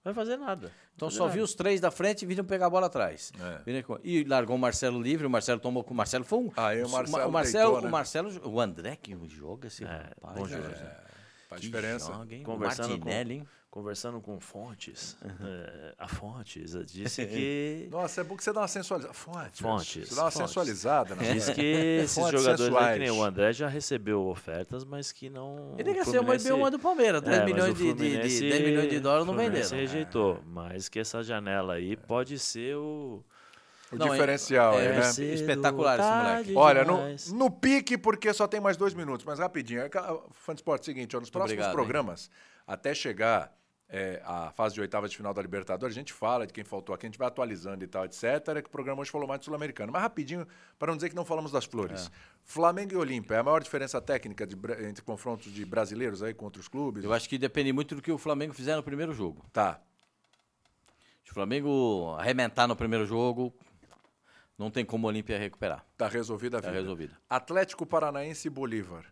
Speaker 3: Não vai fazer nada.
Speaker 2: Então
Speaker 3: Não vai fazer
Speaker 2: só
Speaker 3: nada.
Speaker 2: viu os três da frente e viram pegar a bola atrás.
Speaker 1: É.
Speaker 2: Viram que- E largou o Marcelo livre, o Marcelo tomou com o Marcelo. Foi um.
Speaker 1: Aí Ah, o
Speaker 2: o
Speaker 1: Marcelo
Speaker 2: Ma- o Marcelo,
Speaker 1: deitou, né?
Speaker 2: o Marcelo- o André que joga esse rapaz.
Speaker 3: É, bom
Speaker 2: cara.
Speaker 3: jogador.
Speaker 1: Faz
Speaker 2: Que
Speaker 1: É, diferença.
Speaker 2: joga, hein? O
Speaker 3: Conversando com-
Speaker 2: Martinelli, hein?
Speaker 3: Conversando com Fontes,
Speaker 2: Uhum.
Speaker 3: eh, a Fontes eh, disse que.
Speaker 1: Nossa, é bom que você dá uma sensualizada. Fontes.
Speaker 3: Fontes,
Speaker 1: Você dá uma
Speaker 3: fontes.
Speaker 1: sensualizada. né?
Speaker 3: Diz que
Speaker 2: É
Speaker 3: esses
Speaker 1: Fontes
Speaker 3: jogadores, aí, que nem
Speaker 1: sensuais.
Speaker 3: o André, já recebeu ofertas, mas que não.
Speaker 2: Ele
Speaker 3: o
Speaker 2: recebeu uma
Speaker 3: Fluminense-
Speaker 2: IBU um do Palmeiras, 3
Speaker 3: É, mas o
Speaker 2: milhões de, de- de-
Speaker 3: Fluminense-
Speaker 2: 10 milhões de dólares não
Speaker 3: o Fluminense é
Speaker 2: venderam.
Speaker 3: rejeitou, mas que essa janela aí pode ser o.
Speaker 1: O
Speaker 2: Não, é-
Speaker 1: diferencial aí,
Speaker 2: é,
Speaker 1: né?
Speaker 2: esse- espetacular esse moleque.
Speaker 1: Olha, no, no pique, porque só tem mais dois minutos, mas rapidinho. É que a- Fã de Esporte, seguinte, ó, nos próximos
Speaker 2: obrigado, hein?
Speaker 1: programas, até chegar é, à fase de oitava de final da Libertadores, a gente fala de quem faltou aqui, a gente vai atualizando e tal, etc. É que o programa hoje falou mais do Sul-Americano. Mas rapidinho, para não dizer que não falamos das flores. Flamengo e Olímpia, é a maior diferença técnica de bra- entre confrontos de brasileiros aí contra os clubes?
Speaker 2: Eu acho que depende muito do que o Flamengo fizer no primeiro jogo.
Speaker 1: Tá.
Speaker 2: Se o Flamengo arrebentar no primeiro jogo, não tem como o Olímpia recuperar.
Speaker 1: Tá resolvida a
Speaker 2: Tá
Speaker 1: vida.
Speaker 2: resolvida.
Speaker 1: Atlético Paranaense e Bolívar.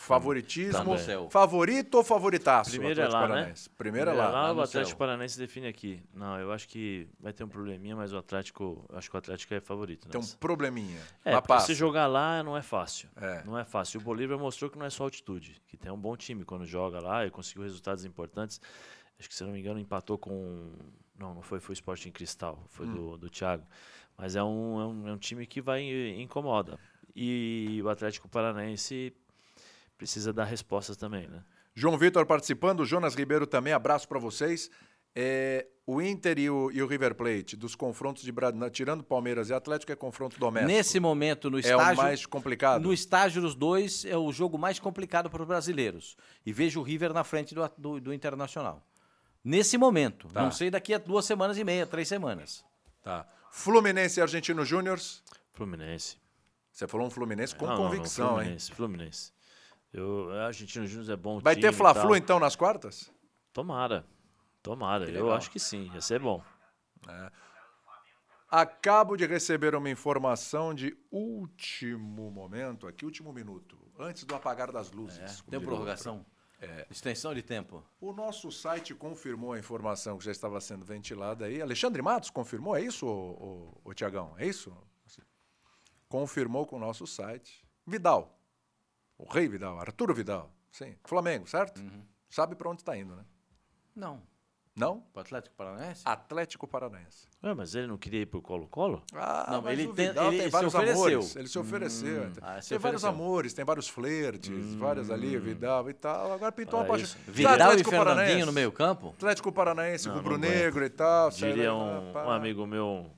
Speaker 1: Favoritismo.
Speaker 2: Tá no
Speaker 1: favorito ou favoritaço?
Speaker 3: Primeiro é
Speaker 1: Atlético
Speaker 3: lá, né?
Speaker 1: Paranaense. Primeiro é lá.
Speaker 2: lá
Speaker 3: o
Speaker 2: no
Speaker 3: Atlético
Speaker 2: céu.
Speaker 3: Paranaense define aqui. Não, eu acho que vai ter um probleminha, mas o Atlético, eu acho que o Atlético é favorito.
Speaker 1: Tem um
Speaker 3: nessa.
Speaker 1: probleminha.
Speaker 3: É,
Speaker 1: Mas
Speaker 3: porque
Speaker 1: passa.
Speaker 3: se jogar lá não é fácil.
Speaker 1: É.
Speaker 3: Não é fácil. O Bolívar mostrou que não é só altitude, que tem um bom time quando joga lá e conseguiu resultados importantes. Acho que, se eu não me engano, empatou com. um, Não, não foi, foi o Sporting Cristal, foi
Speaker 1: Hum.
Speaker 3: do, do Thiago. Mas é um, é, um, é um time que vai e incomoda. E o Atlético Paranaense precisa dar respostas também, né?
Speaker 1: João Vitor participando, Jonas Ribeiro também, abraço para vocês. É, o Inter e o, e o River Plate, dos confrontos de Bra- na- tirando Palmeiras e Atlético, é confronto doméstico.
Speaker 2: Nesse momento, no
Speaker 1: é
Speaker 2: estágio.
Speaker 1: o mais complicado.
Speaker 2: No estágio dos dois, é o jogo mais complicado para os brasileiros. E vejo o River na frente do, do- do Internacional. Nesse momento. Não sei daqui a duas semanas e meia, três semanas.
Speaker 1: Tá. Fluminense e Argentino Júnior.
Speaker 3: Fluminense.
Speaker 1: Você falou um Fluminense com
Speaker 3: Não, não, não,
Speaker 1: convicção, hein?
Speaker 3: Fluminense, Fluminense. Eu, a Argentina Júnior é bom
Speaker 1: Vai
Speaker 3: time
Speaker 1: ter
Speaker 3: e
Speaker 1: Fla-Flu
Speaker 3: tal.
Speaker 1: então nas quartas?
Speaker 3: Tomara. Tomara. Eu
Speaker 1: legal.
Speaker 3: acho que sim. Ia ser bom.
Speaker 1: Acabo de receber uma informação de último momento, aqui, último minuto, antes do apagar das
Speaker 3: É,
Speaker 1: luzes. como
Speaker 3: um
Speaker 1: diria
Speaker 2: Tem
Speaker 1: o
Speaker 2: prorrogação? É. Extensão de tempo.
Speaker 1: O nosso site confirmou a informação que já estava sendo ventilada aí. Alexandre Matos confirmou, é isso, ô, ô, ô, Tiagão? É isso? Confirmou com o nosso site. Vidal. O rei Vidal, Arturo Vidal. Sim. Flamengo, certo? Sabe para onde está indo, né?
Speaker 2: Não.
Speaker 1: Não?
Speaker 2: Para o Atlético Paranaense?
Speaker 1: Atlético Paranaense.
Speaker 3: Ué, Ah, mas ele não queria ir pro Colo-Colo?
Speaker 1: Ah,
Speaker 2: Não,
Speaker 1: mas
Speaker 2: ele
Speaker 1: o
Speaker 2: tem-
Speaker 1: Vidal
Speaker 2: ele
Speaker 1: tem
Speaker 2: se
Speaker 1: vários
Speaker 2: ofereceu.
Speaker 1: amores. Ele se ofereceu. então. tem
Speaker 2: ah, se
Speaker 1: vários
Speaker 2: ofereceu.
Speaker 1: amores, tem vários flertes, vários ali, Vidal e tal. Agora pintou uma
Speaker 3: Para
Speaker 1: paixão.
Speaker 3: isso.
Speaker 1: Já
Speaker 2: Vidal e
Speaker 1: Atlético
Speaker 2: Fernandinho
Speaker 1: Paranaense.
Speaker 2: no meio campo?
Speaker 1: Atlético Paranaense,
Speaker 3: Não, não
Speaker 1: rubro-negro e tal. sei né,
Speaker 3: Diria
Speaker 1: lá,
Speaker 3: um,
Speaker 1: pá,
Speaker 3: um
Speaker 1: pá.
Speaker 3: Um amigo meu,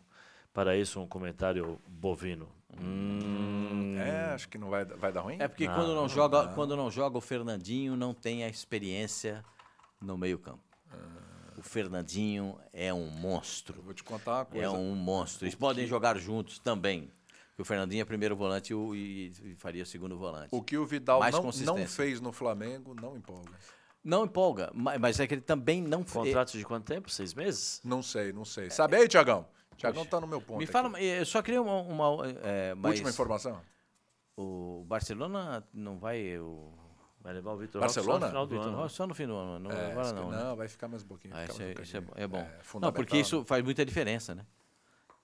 Speaker 3: para isso, um comentário bovino. Hum,
Speaker 1: É, acha que não vai, vai dar ruim?
Speaker 2: É porque
Speaker 3: Não,
Speaker 2: quando, não
Speaker 3: não
Speaker 2: joga, quando não joga o Fernandinho, não tem a experiência no meio-campo. O Fernandinho é um monstro.
Speaker 1: Eu vou te contar uma coisa.
Speaker 2: É um monstro. Eles podem jogar juntos também. O Fernandinho é primeiro volante e o- e, e faria segundo volante.
Speaker 1: O que o Vidal
Speaker 2: Mais
Speaker 1: não,
Speaker 2: consistência.
Speaker 1: não fez no Flamengo não empolga.
Speaker 2: Não empolga, ma- mas é que ele também não
Speaker 3: Contrato de quanto tempo? Seis meses?
Speaker 1: Não sei, não sei. Sabe aí, Tiagão? Tiagão tá no meu ponto.
Speaker 2: É, eh, Me fala,
Speaker 1: aqui.
Speaker 2: eu só queria uma. uma, é, mas
Speaker 1: Última informação.
Speaker 2: O Barcelona não vai. O
Speaker 3: Vai levar o Vitor
Speaker 1: Barcelona?
Speaker 3: Roque só no final do
Speaker 2: Vitor
Speaker 3: ano.
Speaker 2: Rocha só no fim do ano. Não,
Speaker 1: É,
Speaker 2: agora
Speaker 1: isso que-
Speaker 2: não. né?
Speaker 1: não, vai ficar mais um pouquinho.
Speaker 2: Ah,
Speaker 1: ficar
Speaker 2: isso,
Speaker 1: mais um
Speaker 2: é, isso é,
Speaker 1: bocadinho.
Speaker 2: é bom. não,
Speaker 1: fundamental,
Speaker 2: porque isso faz muita diferença, né?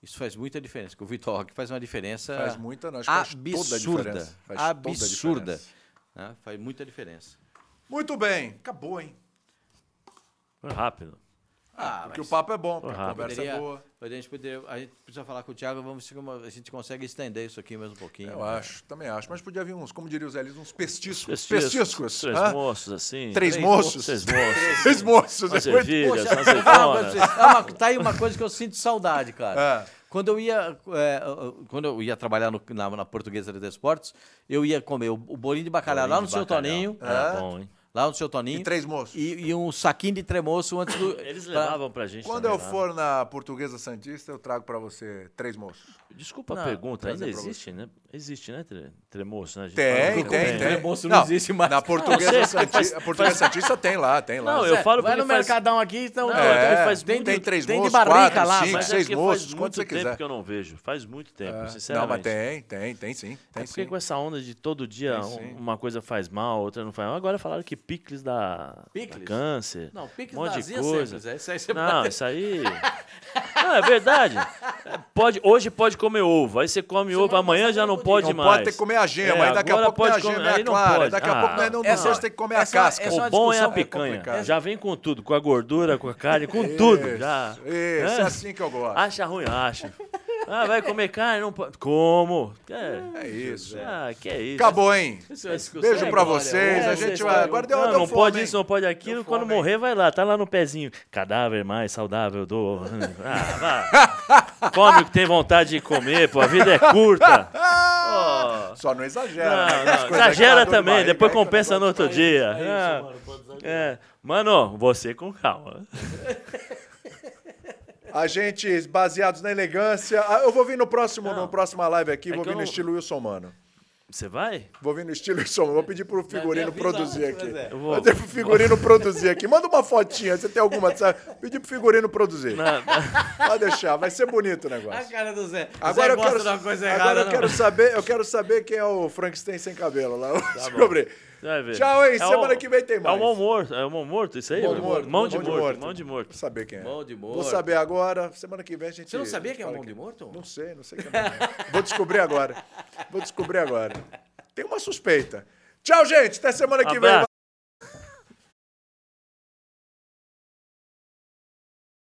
Speaker 2: Isso faz muita diferença. Que o Vitor Roque faz uma diferença.
Speaker 1: Faz muita, não, acho que faz toda a
Speaker 2: absurda.
Speaker 1: diferença. Faz toda a
Speaker 2: absurda.
Speaker 1: diferença.
Speaker 2: né? Faz muita diferença.
Speaker 1: Muito bem. Acabou, hein?
Speaker 3: Foi rápido.
Speaker 2: Ah,
Speaker 1: Porque o papo é bom, porque a
Speaker 3: rápido.
Speaker 1: conversa
Speaker 2: poderia,
Speaker 1: é boa.
Speaker 2: a gente poderia. A gente precisa falar com o Thiago, vamos ver como a gente consegue estender isso aqui mais um
Speaker 3: É
Speaker 2: pouquinho.
Speaker 1: Eu acho, também acho. Mas podia vir uns, como diria o Zé Liz, uns pestiscos.
Speaker 3: Pestiscos,
Speaker 1: Pestiscos.
Speaker 3: Três
Speaker 1: hã?
Speaker 3: moços, assim.
Speaker 1: Três moços.
Speaker 3: Três moços.
Speaker 1: Três moços.
Speaker 3: Umas
Speaker 1: é muito-
Speaker 3: ervilhas,
Speaker 2: Poxa, Ah,
Speaker 3: umas
Speaker 2: vou falar pra
Speaker 1: né?
Speaker 3: azeitonas.
Speaker 2: vocês. É uma- tá aí uma coisa que eu sinto saudade, cara.
Speaker 1: É.
Speaker 2: Quando eu ia, é, eu- quando eu ia trabalhar no- na, na Portuguesa de Esportes, eu ia comer o, o bolinho de bacalhau lá no
Speaker 3: de
Speaker 2: seu
Speaker 3: bacalhau.
Speaker 2: Toninho.
Speaker 3: Era Tá bom, hein?
Speaker 2: Lá no seu Toninho.
Speaker 1: E três moços.
Speaker 2: E, e um saquinho de tremoço antes do.
Speaker 3: Eles
Speaker 2: pra-
Speaker 3: levavam pra gente
Speaker 1: Quando
Speaker 3: também
Speaker 1: eu
Speaker 3: lá.
Speaker 1: for na Portuguesa Santista, eu trago pra você três moços.
Speaker 3: Desculpa a
Speaker 2: Não,
Speaker 3: pergunta,
Speaker 1: trazer
Speaker 3: ainda
Speaker 1: pra
Speaker 3: existe, né? Existe, né, tre tremoço, né? A gente
Speaker 1: Tem,
Speaker 3: fala-
Speaker 1: tem, tem.
Speaker 2: Tremoço não existe mais.
Speaker 1: Na Portuguesa,
Speaker 3: Não, você
Speaker 1: Santi-
Speaker 3: faz-
Speaker 1: a Portuguesa
Speaker 3: faz-
Speaker 1: Santista tem lá, tem lá.
Speaker 3: Não, eu falo
Speaker 2: Vai
Speaker 3: porque
Speaker 2: no
Speaker 3: faz-
Speaker 2: mercadão aqui, então.
Speaker 3: Não,
Speaker 2: é,
Speaker 3: é
Speaker 2: tem-
Speaker 3: porque faz
Speaker 1: tem,
Speaker 3: muito-
Speaker 1: tem três
Speaker 2: tem de
Speaker 1: moços,
Speaker 2: barriga
Speaker 1: quatro,
Speaker 2: lá,
Speaker 1: cinco,
Speaker 3: Mas
Speaker 1: seis
Speaker 3: é que
Speaker 1: moços,
Speaker 3: faz
Speaker 1: quanto
Speaker 3: muito
Speaker 1: você
Speaker 3: tempo
Speaker 1: quiser. É.
Speaker 3: que eu não vejo. Faz muito tempo, sinceramente.
Speaker 1: Não, mas tem, tem, tem sim,
Speaker 3: É
Speaker 1: tem
Speaker 3: porque
Speaker 1: sim.
Speaker 3: com essa onda de todo dia
Speaker 1: Tem sim.
Speaker 3: um- uma coisa faz mal, outra não faz mal. Agora falaram que picles dá,
Speaker 2: Picles?
Speaker 3: dá câncer.
Speaker 2: Não, pique
Speaker 3: um monte
Speaker 2: da
Speaker 3: de
Speaker 2: azia
Speaker 3: coisa.
Speaker 2: sempre, Zé. Isso aí você
Speaker 3: Não,
Speaker 2: pode-
Speaker 3: isso aí. Não, é verdade. É, Pode, hoje pode comer ovo, aí você come ovo,
Speaker 2: não
Speaker 3: amanhã
Speaker 2: consegue
Speaker 3: já não
Speaker 2: comer
Speaker 3: pode
Speaker 1: é Não
Speaker 3: mais.
Speaker 1: pode ter que comer a gema, aí daqui a
Speaker 3: É, agora
Speaker 1: pouco tem a
Speaker 3: pode
Speaker 1: gema
Speaker 3: comer-
Speaker 1: é a
Speaker 3: aí não
Speaker 1: clara,
Speaker 3: pode.
Speaker 1: daqui a
Speaker 3: Ah,
Speaker 1: pouco não é não
Speaker 2: essa-
Speaker 1: doce, tem que comer a
Speaker 2: essa é uma-
Speaker 1: casca.
Speaker 2: essa
Speaker 3: O
Speaker 2: uma
Speaker 3: bom é a
Speaker 2: discussão
Speaker 3: picanha.
Speaker 1: complicada.
Speaker 3: já vem com tudo, com a gordura, com a carne, com tudo. Já.
Speaker 1: Isso, isso, é assim que eu gosto.
Speaker 3: Acha ruim, acha. Ah, vai comer carne? Não pode. Como? É,
Speaker 1: É isso.
Speaker 3: ah, que é isso.
Speaker 1: Acabou, hein?
Speaker 2: Isso é uma discussão.
Speaker 1: Beijo pra
Speaker 2: Olha,
Speaker 3: é,
Speaker 1: vocês. A
Speaker 2: olha,
Speaker 1: gente
Speaker 2: isso
Speaker 1: vai.
Speaker 2: aí.
Speaker 1: Agora deu
Speaker 3: não,
Speaker 1: deu
Speaker 3: não
Speaker 1: fome,
Speaker 3: pode
Speaker 1: hein?
Speaker 3: isso, não pode aquilo.
Speaker 1: Deu
Speaker 3: Quando
Speaker 1: fome,
Speaker 3: morrer, vai lá, tá lá no pezinho. Cadáver mais saudável do. Ah, vá. Come o que tem vontade de comer, pô. A vida é curta. Ó.
Speaker 1: Só não exagera. né?
Speaker 3: Não,
Speaker 1: As
Speaker 3: não,
Speaker 1: coisas
Speaker 3: exagera
Speaker 1: que dá dor de
Speaker 3: também,
Speaker 1: barriga,
Speaker 3: depois
Speaker 1: aí quando
Speaker 3: compensa no
Speaker 1: dá dor
Speaker 3: outro dia. Ah, é. Mano, você com calma.
Speaker 1: de- A gente, baseados na elegância. Ah, Eu vou vir no próximo, na próxima live aqui, vou
Speaker 3: É que
Speaker 1: vir
Speaker 3: eu
Speaker 1: no
Speaker 3: não-
Speaker 1: estilo Wilson Mano.
Speaker 3: Você vai?
Speaker 1: Vou vir no estilo Wilson Mano. Vou pedir pro figurino
Speaker 2: avisa
Speaker 1: produzir
Speaker 2: antes,
Speaker 1: aqui.
Speaker 2: mas é.
Speaker 1: Vou...
Speaker 3: Eu vou-
Speaker 1: pedir pro figurino produzir aqui. Manda uma fotinha, você tem alguma, sabe? Pedir pro figurino produzir. Pode deixar, vai ser bonito o
Speaker 2: A
Speaker 1: negócio.
Speaker 2: cara do Zé. O Zé
Speaker 1: Agora eu
Speaker 2: gosta
Speaker 1: quero,
Speaker 2: de uma coisa
Speaker 1: agora
Speaker 2: errada.
Speaker 1: eu
Speaker 2: não.
Speaker 1: quero saber, eu quero saber quem é o Frankenstein sem cabelo lá.
Speaker 2: Tá
Speaker 1: Eu descobri.
Speaker 3: Você vai ver.
Speaker 1: Tchau, hein?
Speaker 3: É o-
Speaker 1: Semana que vem tem mais.
Speaker 3: É o mão morto, é o mão morto isso aí?
Speaker 1: Mão de morto,
Speaker 3: Mão de
Speaker 1: mão de
Speaker 3: morto,
Speaker 1: morto.
Speaker 3: mão de morto.
Speaker 1: Vou saber quem é.
Speaker 2: Mão de
Speaker 1: Vou
Speaker 2: morto.
Speaker 1: saber agora. Semana que vem a gente.
Speaker 2: Você não sabia
Speaker 1: a gente
Speaker 2: que é a
Speaker 1: fala
Speaker 2: mão de morto?
Speaker 1: Não sei, não sei que é mão de morto. Vou descobrir agora. Vou descobrir agora. Tem uma suspeita. Tchau, gente. Até semana que vem.
Speaker 3: Abraço.